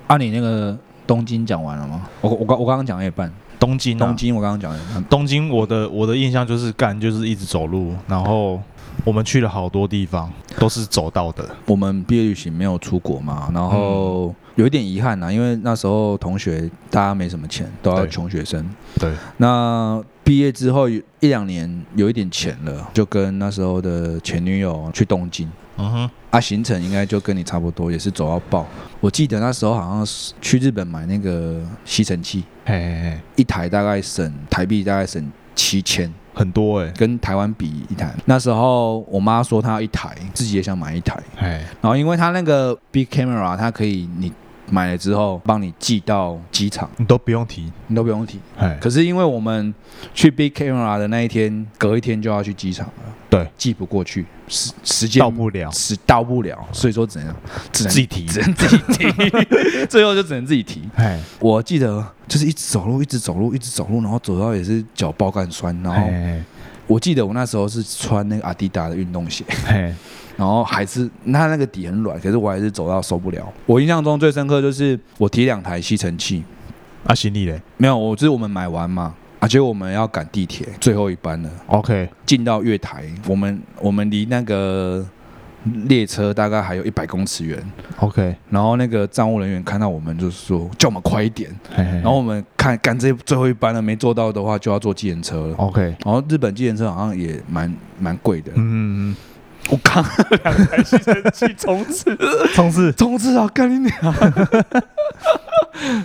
啊？你那个东京讲完了吗？我我刚我刚刚讲了一半，东京、啊，东京我刚刚讲了一半，东京，我的我的印象就是干就是一直走路，然后我们去了好多地方，都是走到的。我们毕业旅行没有出国嘛，然后嗯有一点遗憾呐、因为那时候同学大家没什么钱，都要对穷学生。对，那毕业之后有一两年有一点钱了，就跟那时候的前女友去东京。嗯哼，啊，行程应该就跟你差不多，也是走到爆。我记得那时候好像是去日本买那个吸尘器，嘿嘿嘿，一台大概省台币大概省七千，很多哎、跟台湾比一台。那时候我妈说她要一台，自己也想买一台。欸，然后因为它那个 Big Camera，它可以你买了之后帮你寄到机场，你都不用提，你都不用提。哎，可是因为我们去 Big Camera 的那一天，隔一天就要去机场了，对，寄不过去，时时间到不了，时到不了，所以说只能只能自己提，只能自己提，最后就只能自己提。哎，我记得就是一直走路，一直走路，一直走路，然后走到也是脚爆干酸，然后嘿我记得我那时候是穿那个阿迪达的运动鞋， [laughs] 嘿，然后还是它那个底很软，可是我还是走到受不了。我印象中最深刻就是我提两台吸尘器，啊，行李嘞没有，我就是我们买完嘛，啊，结果我们要赶地铁最后一班了， ，OK，进到月台，我们我们离那个列车大概还有一百公尺远， OK，然后那个站务人员看到我们就是说叫我们快一点，然然后我们看赶这最后一班了，没做到的话就要坐计程车了。 OK，然后日本计程车好像也蛮蛮贵的，嗯，嗯我扛了两台吸尘器冲刺，嗯同事，冲刺啊，干你娘！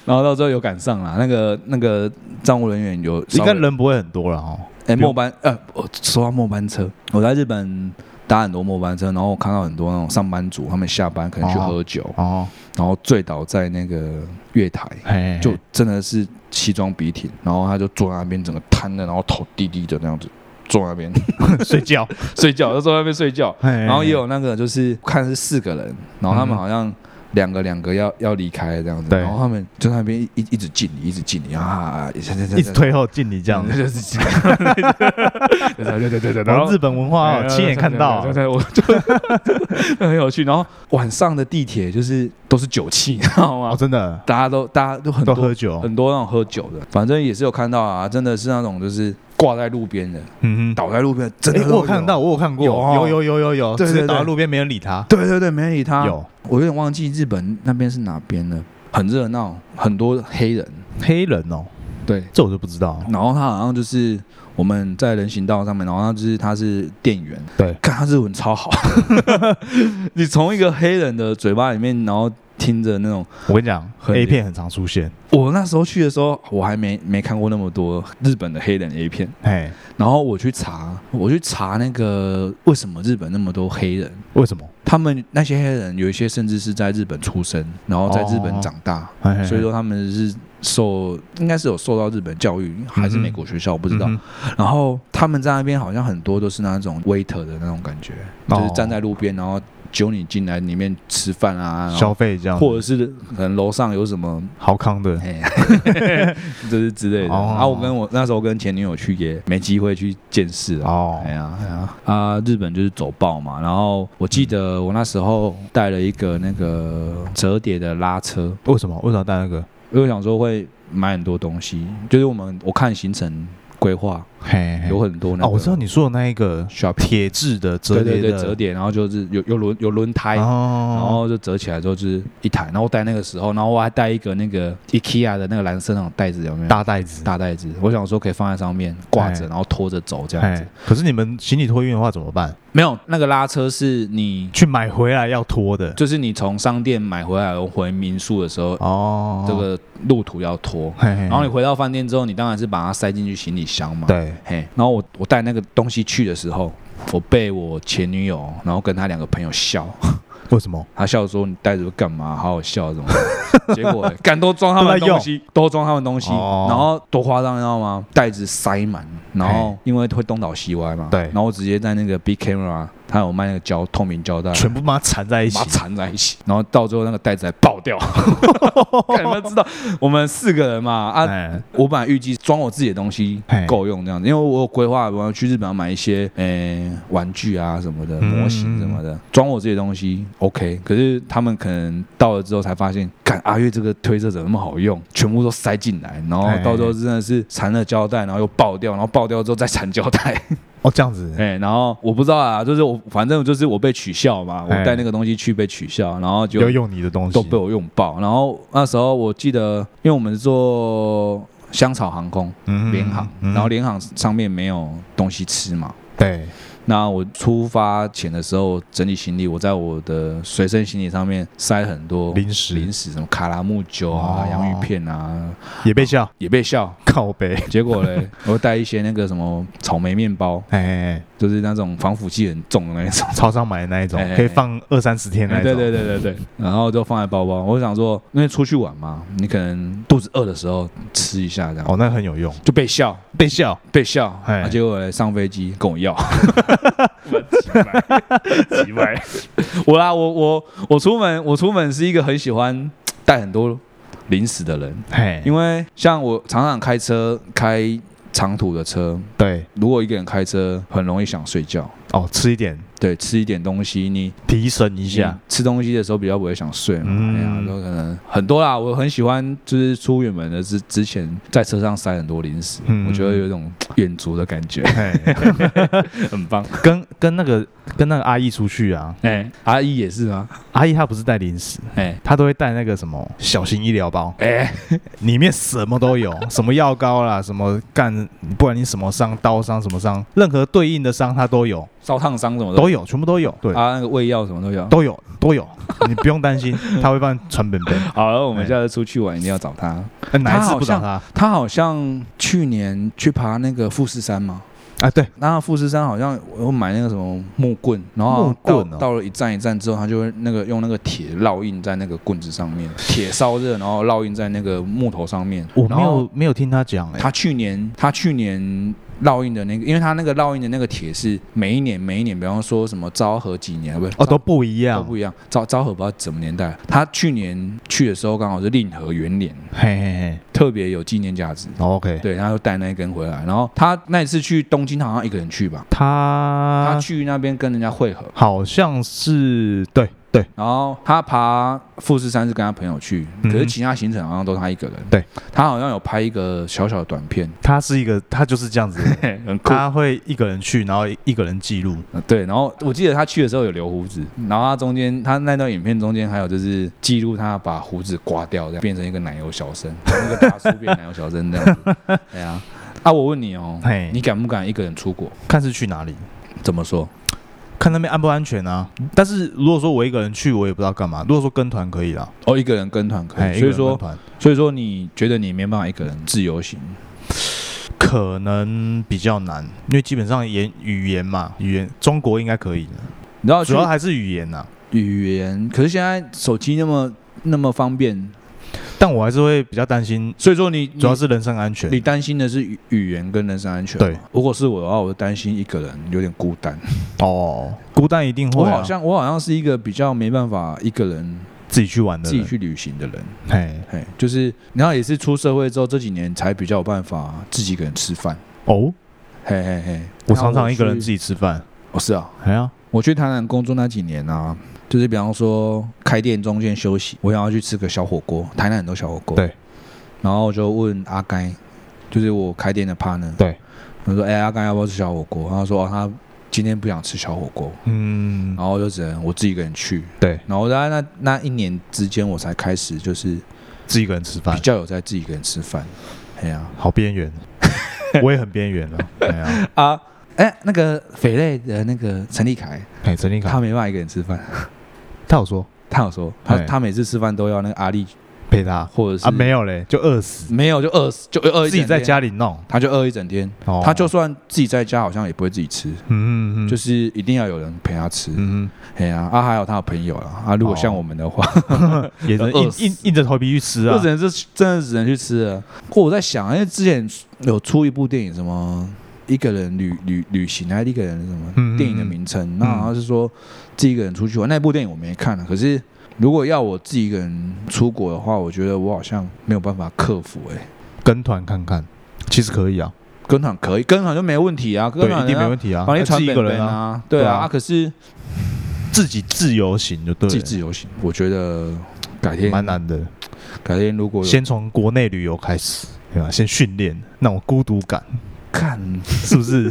然后到最后有赶上啦，那个那个站务人员有应稍微该人不会很多了哦。哎、末班呃，我说到末班车，我在日本搭很多末班车，然后我看到很多那种上班族，他们下班可能去哦喝酒，哦，然后醉倒在那个月台，哎，就真的是西装笔挺，然后他就坐在那边整个瘫着，然后头低低的那样子坐在那边 [laughs] 睡觉，睡觉，就坐在那边睡觉。然然后也有那个就是看是四个人，然后他们嗯好像两个两个要要离开这样子，对然后他们就在那边一一一直敬礼，一直敬礼啊，一一直推后进你这样嗯子。就是 [laughs] 对对对对对，然然后后日本文化哦亲眼看到对，对，对我就很有趣。然后晚上的地铁就是都是酒气， [laughs] 你知道吗哦，？真的大家都大家都很都多喝酒，很多那种喝酒的，反正也是有看到啊，真的是那种就是挂在路边的，嗯哼，倒在路边的，真的哎，都我有看到，我有看过，有哦有有有有有，对直接对倒在对路边没人理他，对对对，没理他。有我有点忘记日本那边是哪边了，很热闹，很多黑人。黑人哦，对，这我就不知道，然后他好像就是我们在人行道上面，然后他就是他是店员，对看他日文超好， [laughs] 你从一个黑人的嘴巴里面，然后听着那种，我跟你讲很，A 片很常出现，我那时候去的时候，我还没没看过那么多日本的黑人 A 片，哎，然后我去查，我去查那个为什么日本那么多黑人，为什么？他们那些黑人有一些甚至是在日本出生，然后在日本长大，嘿哦嘿嘿所以说他们是受应该是有受到日本教育还是嗯哼美国学校，我不知道。嗯然后他们在那边好像很多都是那种 waiter 的那种感觉，哦就是站在路边然后揪你进来里面吃饭啊，哼然消后费这样，或者是可能楼上有什 [laughs] 么。豪康的，哎， [laughs] 就是之类的。哦啊，我跟我那时候跟前女友去也没机会去见识啊。哦哎，呀，哎呀，啊，日本就是走爆嘛。然后我记得我那时候带了一个那个折叠的拉车，为什么？为什么要带那个？因为我想说会买很多东西，就是我们我看行程规划嘿，嘿有很多那哦，个。我知道你说的那一个 shopping 铁质的折对叠对对的折叠，然后就是有有轮有轮胎，然哦，后就折起来之后就是一台，然后我带那个时候，然后我还带一个那个 IKEA 的那个蓝色那种袋子，有没有？大袋子，大袋子，我想说可以放在上面挂着，哎然后拖着走这样子哎。，可是你们行李托运的话怎么办？没有那个拉车是你，去买回来要拖的就是你从商店买回来回民宿的时候，哦，这个路途要拖。嘿，嘿，然后你嘿回到饭店之后，你当然是把它塞进去行李箱嘛。对，嘿，然后我我带那个东西去的时候，我被我前女友，然后跟她两个朋友笑，为什么？她笑说你带着干嘛，好好笑怎么的？ [laughs] 结果敢都装他们的东西，都装他们东西，哦然后多夸张，你知道吗？袋子塞满，然后因为会东倒西歪嘛，对然后我直接在那个 Big Camera，它有卖那个胶透明胶带。全部把它缠在一起呃把它，缠在一起，然后到最后那个袋子还爆 [laughs] 掉。 [laughs] 干你们知道，我们四个人嘛，啊，哎，我本来预计装我自己的东西嘿够用这样子，因为我有规划我要去日本要买一些呃玩具啊什么的、嗯模型什么的，装我自己的东西 OK。可是他们可能到了之后才发现，干阿月这个推车怎么那么好用，全部都塞进来，然后嘿到时候真的是缠了胶带，然后又爆掉，然后爆掉之后再缠胶 [laughs] 带，哦，这样子，哎，然后我不知道啊，就是我反正就是我被取笑嘛，我嘿带那个东西去被取笑，然后就要用你的东西，都被我用爆。然后那时候我记得，因为我们是坐香草航空嗯联航，嗯然后联航上面没有东西吃嘛。对，那我出发前的时候整理行李，我在我的随身行李上面塞很多零食零食什么卡拉木酒啊、哦洋芋片啊，也被笑，也被笑。靠背，结果 [laughs] 嘞，我带一些那个什么草莓面包，哎哎，哎就是那种防腐剂很重的那种。超商买的那一种哎，哎哎可以放二三十天那一对种，对对对对，然后就放在包包。我想说，因为出去玩嘛，你可能肚子饿的时候吃一下这样。哦，那个很有用，就被笑，被笑，被笑，哎啊、结果嘞上飞机跟我要，几百， [laughs] 我啦，我我我出门，我出门是一个很喜欢带很多零食的人，嘿，因为像我常常开车开长途的车，对，如果一个人开车，很容易想睡觉。哦，吃一点对，吃一点东西，你提神一下你，吃东西的时候比较不会想睡嘛。嗯哎呀，都可能很多啦。我很喜欢，就是出远门的之之前，在车上塞很多零食，嗯我觉得有一种远足的感 [laughs] 觉，嘿，很棒。跟跟那个跟那个阿姨出去啊，哎、阿姨也是啊吗？阿姨她不是带零食，哎、她都会带那个什么小型医疗包，哎、里面什么都有， [laughs] 什么药膏啦，什么干，不管你什么伤，刀伤什么伤，任何对应的伤她都有，烧烫伤什么的都有，全部都有，对，啊，那个胃药什么都有。都有都有，你不用担 [laughs] 心，她会帮你传本本，好了，我们下次出去玩一定要找他。呃哪一她次好不找像她？他好像去年去爬那个富士山嘛，啊，对，那富士山好像我买那个什么木棍，然后木到棍哦到了一站一站之后，他就会那个用那个铁烙印在那个棍子上面，铁烧热，然后烙印在那个木头上面。我没然后有没有听她讲，哎，他去年他去年烙印的那个，因为他那个烙印的那个铁是每一年每一年，比方说什么昭和几年，不是哦，都不一都样，不一样。昭昭和不知道什么年代，他去年去的时候刚好是令和元年，嘿嘿嘿特别有纪念价值。哦，OK，对，他就带那一根回来，然后他那一次去东京，他好像一个人去吧，他她去那边跟人家会合，好像是对，对，然后他爬富士山是跟他朋友去，可是其他行程好像都他一个人。对，他好像有拍一个小小的短片，他是一个，他就是这样子的人，很酷。他会一个人去，然后一个人记录。呃对，然后我记得他去的时候有留胡子，嗯然后他中间他那段影片中间还有就是记录他把胡子刮掉，这样变成一个奶油小生， [laughs] 那个大叔变奶油小生这样子。对啊，啊，我问你哦嘿，你敢不敢一个人出国？看是去哪里，怎么说？看那边安不安全啊。但是如果说我一个人去，我也不知道干嘛。如果说跟团可以啦，哦，一个人跟团可哎以，所以一说个人跟团所以说你觉得你没办法一个人自由行？可能比较难，因为基本上言语言嘛，语言中国应该可以的，你知道去主要还是语言啊呐、语言，可是现在手机那么那么方便，但我还是会比较担心，所以说你主要是人身安全嗯你。你担心的是语语言跟人身安全。对，如果是我的话，我就担心一个人有点孤单。哦，孤单一定我会、啊，好像我好像是一个比较没办法一个人自己去玩的自己人，去旅行的人，嘿，嘿，就是然后也是出社会之后这几年才比较有办法自己一个人吃饭，哦，嘿嘿嘿。我常常一个人自己，己吃饭，哦是啊，哎呀，我去台南工作那几年啊，就是比方说开店中间休息，我想要去吃个小火锅，台南很多小火锅。对。然后我就问阿该，就是我开店的 partner。对。我说：“哎、阿该要不要吃小火锅？”他说：“哦，他今天不想吃小火锅。”嗯，然后我就只能我自己一个人去。对，然后在那那一年之间，我才开始就是自己一个人吃饭比，较有在自己一个人吃饭。哎呀好边 [laughs] 缘，我也很边缘了，哎呀，啊，哎、那个肥类的那个陈立凯，哎，陈立凯他，没办法一个人吃饭。他有说他有说，他哎他每次吃饭都要那个阿力陪他或者是啊，没有嘞，就饿死，没有，就饿死，就饿一自己整天在，家里弄，他就饿一整天。啊哦他就算自己在家，好像也不会自己吃，嗯嗯嗯，就是是一定要有人陪他吃。嗯嗯。哎呀，啊，还有他的朋友啦。啊，如果哦像我们的话，也能饿硬死硬硬着头皮去吃就啊只。能是真的只能去吃了。或我在想，因为之前有出一部电影，什么一个人旅旅旅行，还是一个人什嗯嗯么嗯电影的名称，那好像是说自己一个人出去玩。那部电影我没看啊，可是如果要我自己一个人出国的话，我觉得我好像没有办法克服哎、跟团看看，其实可以啊，跟团可以，跟团就没问题啊，跟对，团一人定家没问题啊。帮你自传己一本个人本啊，啊，对对啊啊，啊可是自己啊自由行就对自己了，自由行，我觉得改天蛮难的。改天如果有先从国内旅游开始，对吧？先训练那种孤独 [laughs] 感，看，是不是？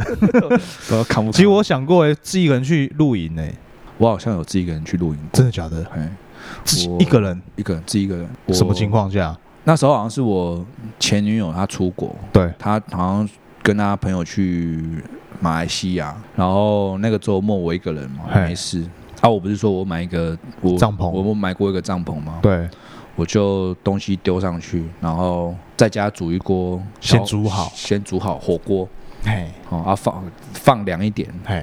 不要看不。其实我想过，哎，自己一个人去露营，哎，我好像有自己一个人去露营过，真的假的？哎，自己我一个人一个人自己一个人，我什么情？况下？那时候好像是我前女友她出国，对，她好像跟她朋友去马来西亚，然后那个周末我一个人嘛，嘿没事。啊，我不是说我买一个我帐篷我我买过一个帐篷吗？对，我就东西丢上去，然后在家煮一锅小，先煮好先煮好火锅，嘿，哦啊放放凉一点，嘿，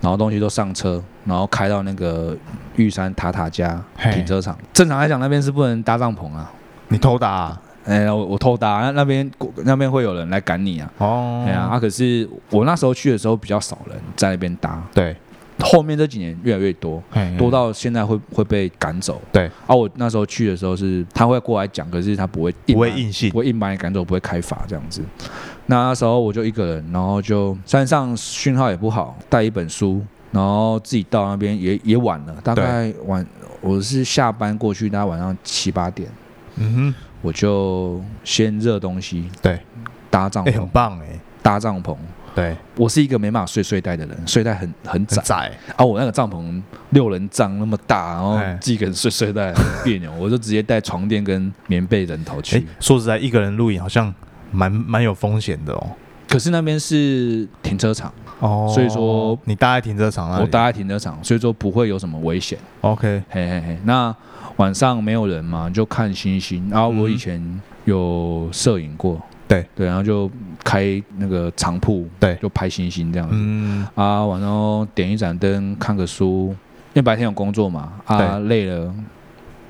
然后东西都上车，然后开到那个玉山塔塔家嘿停车场。正常来讲，那边是不能搭帐篷啊。你偷打啊哎，我我偷搭，那那边那边会有人来赶你啊。哦哎呀、啊，可是我那时候去的时候比较少人在那边搭，对，后面这几年越来越多，嘿多到现在会会被赶走。对啊，我那时候去的时候是他会过来讲，可是他不会不会把硬性不会硬把你赶走，不会开罚这样子。那那时候我就一个人，然后就山上讯号也不好，带一本书，然后自己到那边也也晚了，大概晚我是下班过去，大概晚上七八点，嗯我就先热东西，对，搭帐哼，哎，篷很，棒哎，搭帐篷。对，我是一个没办法睡睡袋的人，睡袋很很窄很窄，啊！我那个帐篷六人帐那么大，然后哎自己一个人睡睡袋很 [laughs] 别扭，我就直接带床垫跟棉被、枕头去。哎，说实在，一个人露营好像蛮蛮有风险的哦。可是那边是停车场，哦所以说你搭在停车场那里，我搭在停车场，所以说不会有什么危险。 OK，嘿嘿嘿，那晚上没有人嘛，就看星星。然后我以前有摄影过，嗯对对，然后就开那个长铺，对就拍星星这样子。嗯，啊，晚上点一盏灯，看个书，因为白天有工作嘛，啊，累了，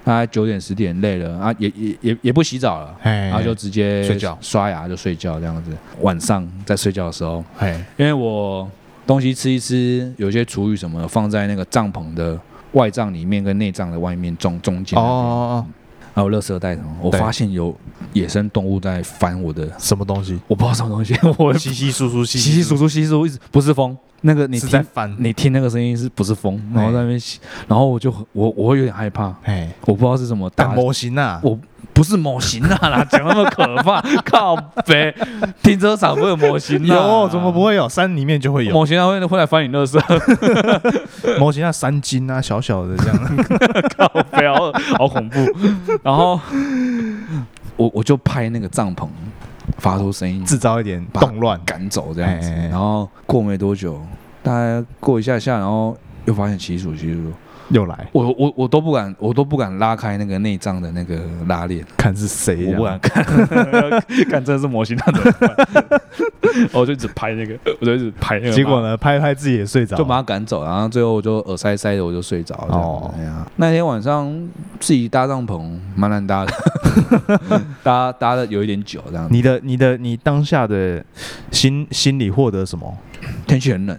啊，九点十点累了，啊，也也也也不洗澡了，哎，然后就直接睡觉刷牙就睡觉这样子。晚上在睡觉的时候，哎，因为我东西吃一吃，有些厨余什么的放在那个帐篷的外帐里面跟内帐的外面中中间哦那边，哦还有垃圾袋什么，我对发现有野生动物在翻我的，哦，什么东西？我不知道什么东西，我稀稀疏疏，稀稀稀疏疏稀稀疏，一直不是风，那个你是在听翻，你听那个声音是不是风？然后在那边洗，然后我就很我我会有点害怕，哎，我不知道是什么打大模型啊，我不是模型啊啦，讲那么可 [laughs] 怕，靠北，停车场会有模型啊？有哦怎么不？会有？山里面就会有模型啊会会来翻你垃圾， [laughs] 模型啊，山精啊，小小的这 [laughs] 样。靠北，好好恐怖。然 [laughs] 后我我就拍那个帐篷发出声音，制造一点动乱。赶走这样子哎哎哎。然后过没多久，大概过一下下，然后又发现习俗习俗，又来我我我都不敢，我都不敢拉开那个内脏的那个拉链，看是谁我呀不？敢看， [laughs] 看真的是模型那种， [laughs] 哦我就一直拍那个，我就一直拍那个。结果呢，拍拍自己也睡着，就把他赶走，然后最后我就耳塞塞的我就睡着了。哦哦，哎呀，那天晚上自己搭帐篷蛮难搭 [laughs] 的，搭搭的有一点久这样子，你的你的你当下的心心里获得什么？天气很冷，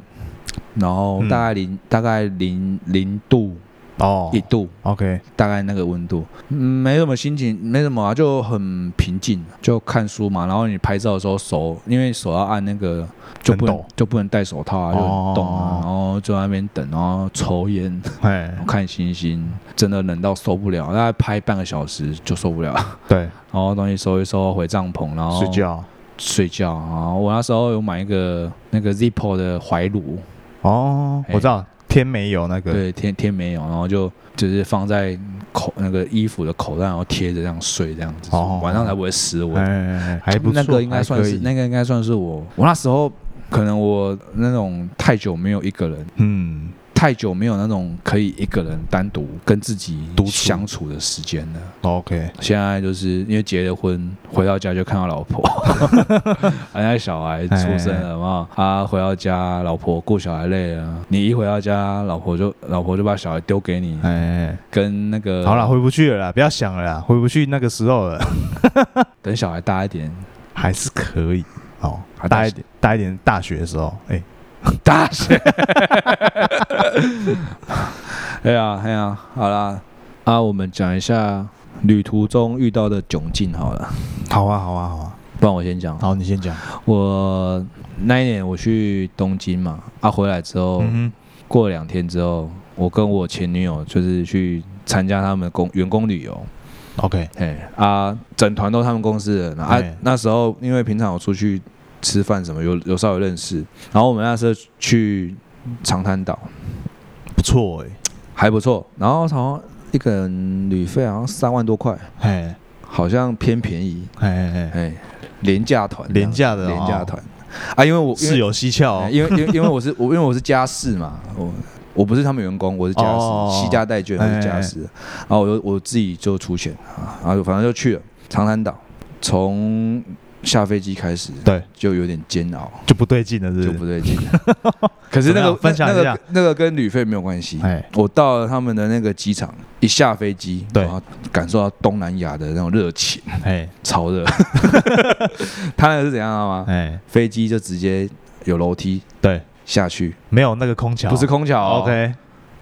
然后嗯大概零、大概零零度哦一度。 ，OK，大概那个温度，嗯，没什么心情，没什么啊，就很平静，就看书嘛。然后你拍照的时候手，因为手要按那个，就不很能抖就不能戴手套啊，就很冻啊哦。然后就在那边等，然后抽烟，哎然，后看星星，真的冷到受不了，大概拍半个小时就受不了。对，然后东西收一收，回帐篷，然后睡觉。睡觉。然后我那时候有买一个那个 Zippo 的怀炉，哦，哎我知道天没有那个，对，天天没有，然后就就是放在口那个衣服的口袋，然后贴着这样睡，这样子，哦晚上才不会湿。我、哎哎，哎还不错，那个应该算还是可以那个应该算是我，我那时候可能我那种太久没有一个人，嗯，太久没有那种可以一个人单独跟自己独处相处的时间了。 OK，现在就是因为结了婚，回到家就看到老婆， [laughs] 人家小孩出哎生了嘛，啊，回到家老婆顾小孩累了，你一回到家，老婆就老婆就把小孩丢给你，哎哎，跟那个哎好了，，回不去了啦，不要想了啦，回不去那个时候了， [laughs] 等小孩大一点，还是可以哦还，大大一点，大一点，大学的时候，哎，大学， [laughs] 哎呀哎呀，好啦，啊，我们讲一下旅途中遇到的窘境好了，好啊，好啊，好啊，不然我先讲，好，你先讲，我那一年我去东京嘛，啊，回来之后。嗯过了两天之后，我跟我前女友就是去参加他们公员工旅游，哼，OK，哎啊，整团都他们公司的人啊哎。那时候因为平常有出去吃饭什么，有有稍微认识。然后我们那时候去长滩岛不错哎，还不错，然后好像一个人旅费好像三万多块，哎好像偏便宜，哎哎哎，哎，廉价团这样，廉价的哦廉价团啊，因为我因为是有蹊跷哦哎，因为因为因为我是我因为我是家事嘛，我我不是他们员工，我是家哦哎事，西家带眷我是家事，然后我就我自己就出钱啊，然后反正就去了长滩岛，从下飞机开始，对，就有点煎熬，就不对劲了，是就不不是？对劲。 [laughs] 可是那怎么个样分享那一那下个那个跟旅费没有关系，哎，我到了他们的那个机场，一下飞机，对然后感受到东南亚的那种热情，哎超 [laughs] 热。他那个是怎样的吗？哎，飞机就直接有楼梯对，下去，没有那个空调，不是空调哦、 ，OK，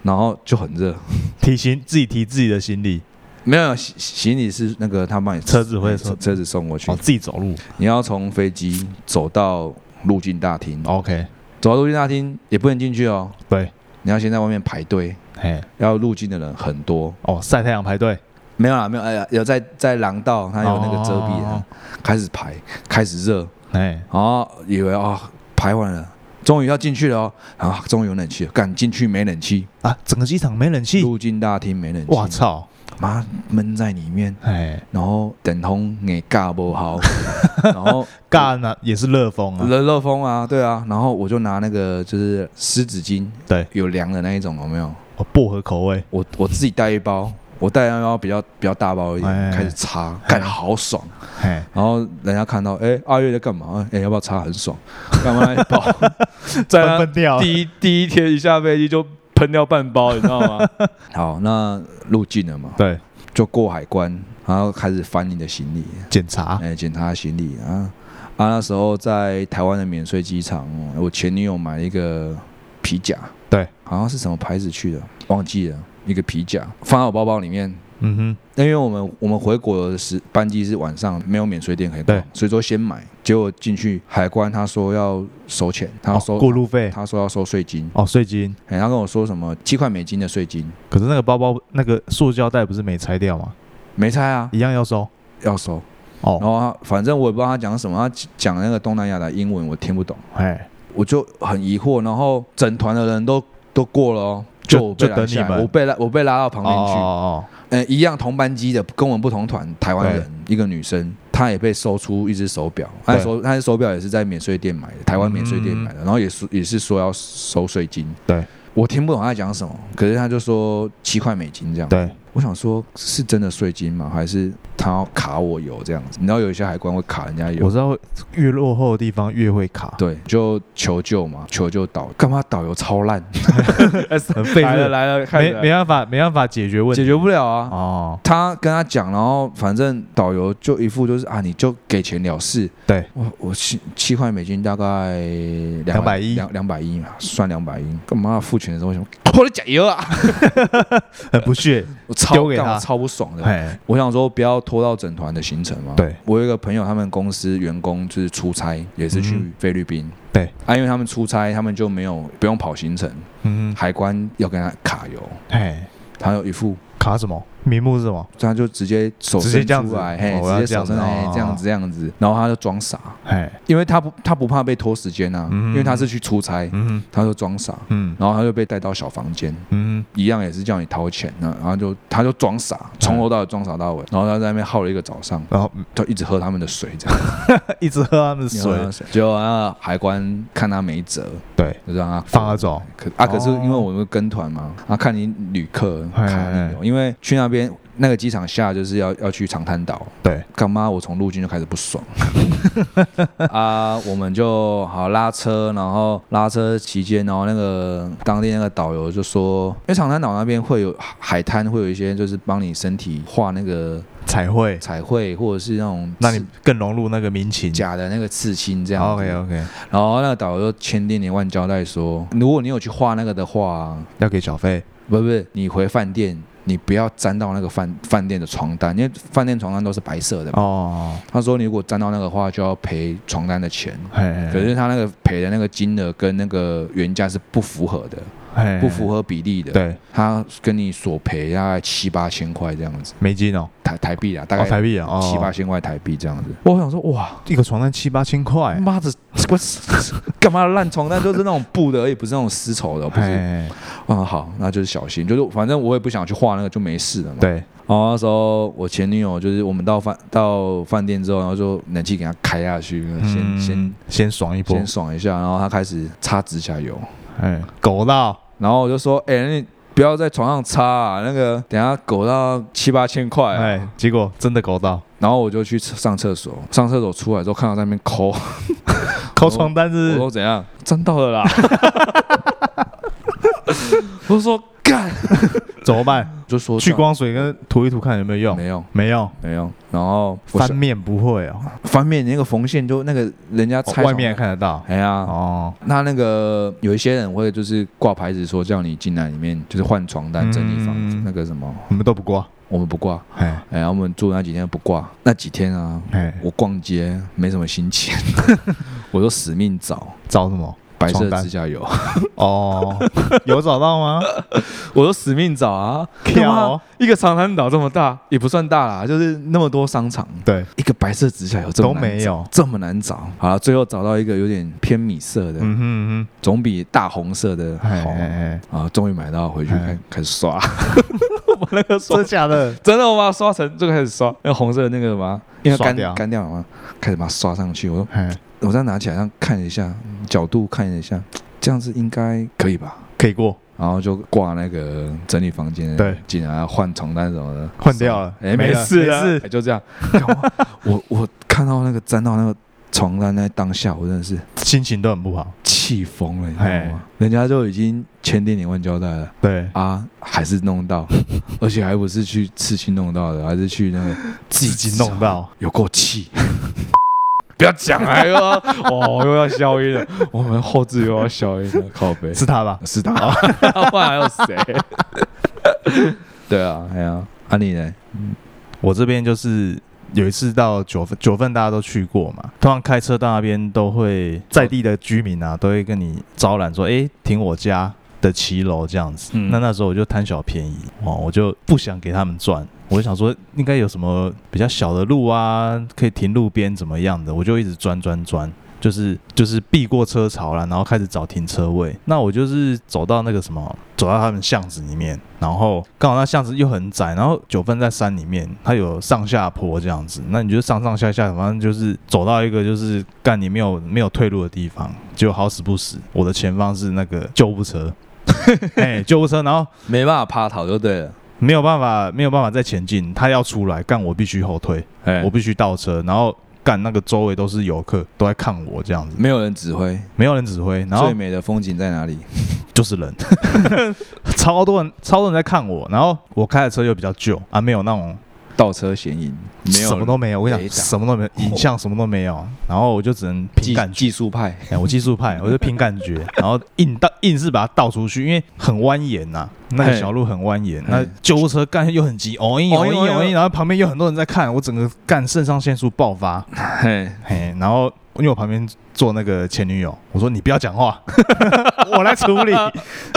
然后就很热，提行自己提自己的行李，没有行行李是那个他帮你车子会车说车子送过去哦，，自己走路你要从飞机走到入境大厅， ，OK，走到入境大厅也不能进去哦，对，你要先在外面排队，哎，要入境的人很多，哦，晒太阳排队，没有啦，没有，哎呀，有在在廊道，它有那个遮蔽哦啊，开始排，开始热，哎，然后以为哦排完了，终于要进去了哦，然后终于有冷气了，赶进去没冷气，啊，整个机场没冷气，入境大厅没冷气，哇操！妈闷在里面。哎，然后等通也尬不 [laughs] 好，然后干了也是热风啊，热热风啊，对啊，然后我就拿那个就是湿纸巾，对，有凉的那一种，有没有？哦薄荷口味，我我自己带一包，我带那包比较比较大包一哎哎点，哎开始擦，干好爽。哎，然后人家看到，哎，阿月在干嘛？哎，要不要擦？很爽，干嘛一 [laughs] 包？在分那分掉了，第一第一天一下飞机就喷掉半包，你知道吗？好，那入境了嘛，对，就过海关，然后开始翻你的行李。检查，哎，检查行李啊啊！那时候在台湾的免税机场，我前女友买了一个皮夹，对，好像是什么牌子去的，忘记了，一个皮夹放在我包包里面，嗯哼，那因为我们我们回国的时班机是晚上，没有免税店可以逛对，所以说先买。结果进去海关，他说要收钱，他要收、哦过路费他说要收税金，哦，税金。哎，他跟我说什么七块美金的税金，可是那个包包那个塑胶袋不是没拆掉吗？没拆啊，一样要收要收。然哦。后他反正我也不知道他讲什么，他讲那个东南亚的英文我听不懂，哎，我就很疑惑。然后整团的人都都过了哦，就我被就等拦下来你们我被拉我被拉到旁哦边去。哦呃，一样同班机的，跟我们不同团，台湾人，一个女生，她也被搜出一只手表，她对嗯手她的手表也是在免税店买的，台湾免税店买的，然后也是也是说要收税金。对，我听不懂她在讲什么，可是她就说七块美金这样哦，。对，我想说，是真的税金吗？还是她要卡我油这样子？你知道有一些海关会卡人家油我，知道越落后的地方越会卡，对，就求救嘛，求救导，干嘛导游超烂，很费来了事，来了，开没始来没了办法没办法解决问题解决不了啊。哦。他跟他讲，然后反正导游就一副就是啊，你就给钱了事。对，我我七七块美金大概两210两两百一嘛，算两百一。干嘛付钱的时候 [laughs] 我想，我的加油啊！很不屑， [laughs] 我超丢给干他我超不爽的。哎，我想说不要拖到整团的行程嘛。对，我有一个朋友，他们公司员工就是出差，也是去嗯菲律宾。对，啊，因为他们出差，他们就没有不用跑行程，嗯，海关要跟他卡油，哎，他有一副卡什么？名目是什么？他就直接手直接伸这样出子来，嘿，哦我要直接手伸这样子来，哦嘿这样子这样子，然后他就装傻，哎，因为他不他不怕被拖时间啊，嗯因为他是去出差，嗯他就装傻，嗯然后他就被带到小房间，嗯，一样也是叫你掏钱啊，然后就他就装傻，从头到尾装傻到尾，然后他在那边耗了一个早上，然后就一直喝他们的水这样，一直喝他们的 [laughs] 一直喝他们的， [laughs] [laughs] 水水，结果那海关看他没辙，啊对，就让他放他走。可啊，可是哦因为我们跟团嘛，啊，看你旅客嘿卡你哦，因为去那边那个机场下就是要要去长滩岛，对，干妈我从陆军就开始不爽， [laughs] 啊，我们就好拉车，然后拉车期间，然后那个当地那个导游就说，因为长滩岛那边会有海滩，会有一些就是帮你身体画那个才会彩绘，或者是那种让你哦更融入那个民情。假的那个刺青这样子 OK OK，然后那个导游就千叮咛万交代说，如果你有去画那个的话。要给小费。不是不是，你回饭店，你不要沾到那个饭饭店的床单，因为饭店床单都是白色的嘛。哦，他说你如果沾到那个的话，就要赔床单的钱。嘿，可是他那个赔的那个金额跟那个原价是不符合的，嘿不符合比例的。，对他跟你索赔大概七八千块这样子，美金哦，台台币啊，大哦概台币啊，哦七八千块台币这样子。我想说，哇，一个床单七八千块，妈的， [laughs] 我干嘛烂床单就是那种布的，而已，不是那种丝绸的，不是。嘿，嗯，好，那就是小心，就是反正我也不想去画那个，就没事了嘛。对，然后那时候我前女友就是我们到饭到饭店之后，然后就冷气给她开下去，先嗯先先爽一波先，爽一下，然后她开始擦指甲油，哎，狗闹，然后我就说：“哎、你不要在床上擦、啊，那个等下狗到七八千块、啊。哎，结果真的狗闹，然后我就去上厕所，上厕所出来之后看到在那边抠，我抠床单是说怎样，沾到了啦， [laughs] 我说干，怎么办？就说去光水跟涂一涂看有没有用？没用没用，没用，然后我翻面不会哦，翻面那个缝线就那个人家拆外床面也看得到哎呀，哦，那那个有一些人会就是挂牌子说叫你进来里面就是换床单、嗯整理房子，那个什么你们都不挂，我们不挂，哎哎，我们住那几天不挂，那几天啊，哎，我逛街没什么心情， [laughs] 我就死命找找什么？白色床单指甲 [laughs] 油，哦， [laughs] 有找到吗？我就死命找啊，跳干哦嘛一个长滩岛这么大也不算大啦，就是那么多商场，对，一个白色指甲油这么都难没有，这么难找，好了，最后找到一个有点偏米色的，嗯哼嗯总比大红色的哼，哎好。哎哎，啊，终于买到，回去开哎开始刷， [laughs] 我那个刷真的假的？真的我把它刷成就开始刷，那个红色的那个嘛，因为刷干掉干掉了嘛，开始把它刷上去。我说哎，我再拿起来让看一下嗯角度，看一下，这样子应该可以吧？可以过，然后就挂那个整理房间，对，进来换床单什么的，换掉了，哎，没没了事没啊事，哎就这样。 [laughs] 干嘛我我看到那个沾到那个床单那当下，我真的是心情都很不好。气疯了，你知道哎吗？人家就已经千叮咛万交代了。对，啊，还是弄到， [laughs] 而且还不是去刺青弄到的，还是去那个自己弄到，有够气。 [laughs] 不要讲了，又要哦又要消音 [laughs] 了， [laughs] 我们后置又要消音了，靠背 [laughs] 是他吧？是他，不然还有谁？对啊，哎呀、啊你呢？我这边就是有一次到九份，九份大家都去过嘛，通常开车到那边都会在地的居民啊，都会跟你招揽说，诶，停我家的骑楼这样子。嗯那那时候我就贪小便宜哦，我就不想给他们赚。我就想说，应该有什么比较小的路啊，可以停路边怎么样的，我就一直钻钻钻，就是就是避过车潮啦，然后开始找停车位。那我就是走到那个什么，走到他们巷子里面，然后刚好那巷子又很窄，然后九份在山里面，它有上下坡这样子，那你就上上下下，反正就是走到一个就是干你没有没有退路的地方，结果好死不死，我的前方是那个救护车， [laughs] 哎、救护车，然后没办法趴逃就对了。没有办法没有办法再前进，他要出来，干我必须后退，哎我，必须倒车，然后干那个周围都是游客，都在看我这样子，没有人指挥，没有人指挥，然后最美的风景在哪里？就是人， [laughs] 超多人，超多人在看我。然后我开的车又比较旧啊，没有那种倒车显影，没有什么都没有。我跟你雷讲，达什么都没有，影像什么都没有。然后我就只能凭技感觉，技术派，哎我技术派，我就凭感 [laughs] 觉，然后硬倒硬是把它倒出去，因为很蜿蜒呐、那个嘿小路很蜿蜒嘿，那救护车干又很急，哦一哦一哦一哦哦一，一然后旁边又很多人在看，我整个干肾上腺素爆发，嘿，嘿，然后因为我旁边坐那个前女友，我说你不要讲话， [laughs] 我来处理。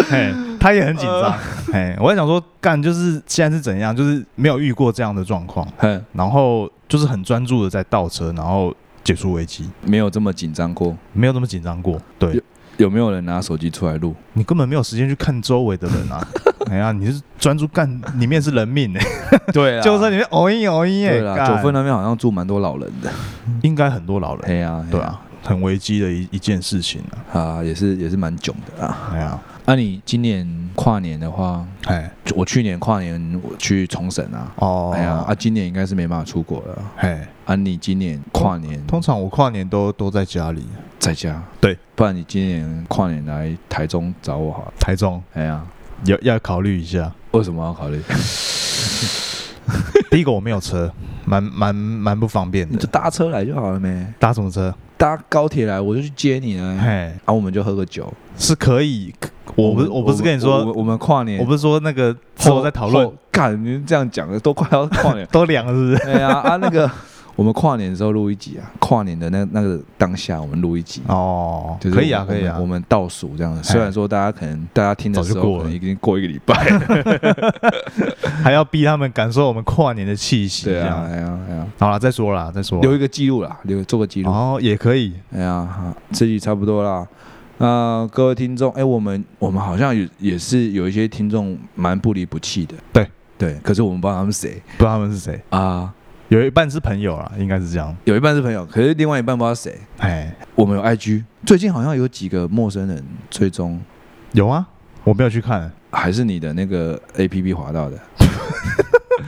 嘿，她也很紧张。嘿，我在想说，干就是现在是怎样，就是没有遇过这样的状况， [laughs] 嘿，然后就是很专注的在倒车，然后解除危机，没有这么紧张过。没有那么紧张过。对有没有人拿手机出来录？你根本没有时间去看周围的人 [laughs] 啊。哎呀，你是专注干里面是人命哎、对啊救护车里面哦一哦一哎对，啦，干九份那边好像住蛮多老人的。应该很多老人，哎呀，对啊，很危机的一一件事情啊。哎呀，啊，也是也是蛮囧的啊。哎呀，那你今年跨年的话，哎就我去年跨年我去冲绳啊，哦，哎呀，啊，今年应该是没办法出国了啊。哎，啊，你今年跨年通常我跨年都都在家里，在家，对，不然你今年跨年来台中找我好了。台中哎呀，要要考虑 [laughs] 一下。为什么要考虑？第一个我没有车，蛮蛮蛮不方便你就的。搭车来就好了没？搭什么车？搭高铁来，我就去接你啊。然嘿，后我们就喝个酒。是可以。我不们是我不是跟你我说，我们跨年，我不是说那个之后后在讨论。后，干，你这样讲的都快要跨年 [laughs] 都凉了是不是？哎呀啊，那个我们跨年的时候录一集啊，跨年的那那个当下我们录一集。哦，就是可以啊，我可以啊我们我。们倒数这样，虽然说大家可能大家听的时早候就过了可能已经过一个礼拜，还要逼他们感受我们跨年的气息，这对啊，样。哎呀哎呀，好了，再说啦，再说啦。留一个记录啦，留做个记录。哦，也可以。哎呀，好这集差不多啦。那、各位听众，哎，我们我们好像也也是有一些听众蛮不离不弃的，对对，可是我们不知道他们谁不知道他们是谁，啊，有一半是朋友啦，应该是这样。有一半是朋友，可是另外一半不知道谁。哎，我们有 IG，最近好像有几个陌生人追踪，有啊，我没有去看，还是你的那个 APP 滑到的，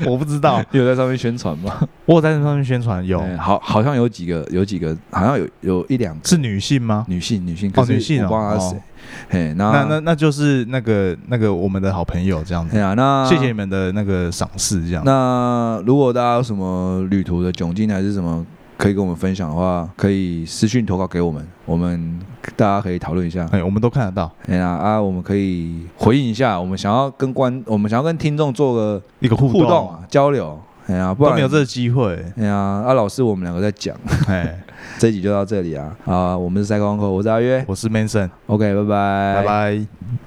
我不知 [laughs] 道。你 [laughs] 有在上面宣传吗？我有在上面宣传有，哎好，好像有几个，有几个，好像有有一两个是女性吗？女性，女性，哦可是女性我哦不知道她是谁。嘿，那那那那就是那个那个我们的好朋友这样哎子，呀，那谢谢你。们的那个赏识这样。那如果大家有什么旅途的窘境还是什么可以跟我们分享的话，可以私讯投稿给我们，我们大家可以讨论一下。哎，我们都看得到哎呀啊，我们可以回应一下，我们想要跟观，我们想要跟听众做个一个互互动啊，交流。哎呀，不都然。没有这个机会哎呀，啊，老师，我们两个在讲， [laughs] 哎，这一集就到这里啊啊，我们是赛高空口，我是阿约我是 Mason，哎，OK，拜拜，拜拜。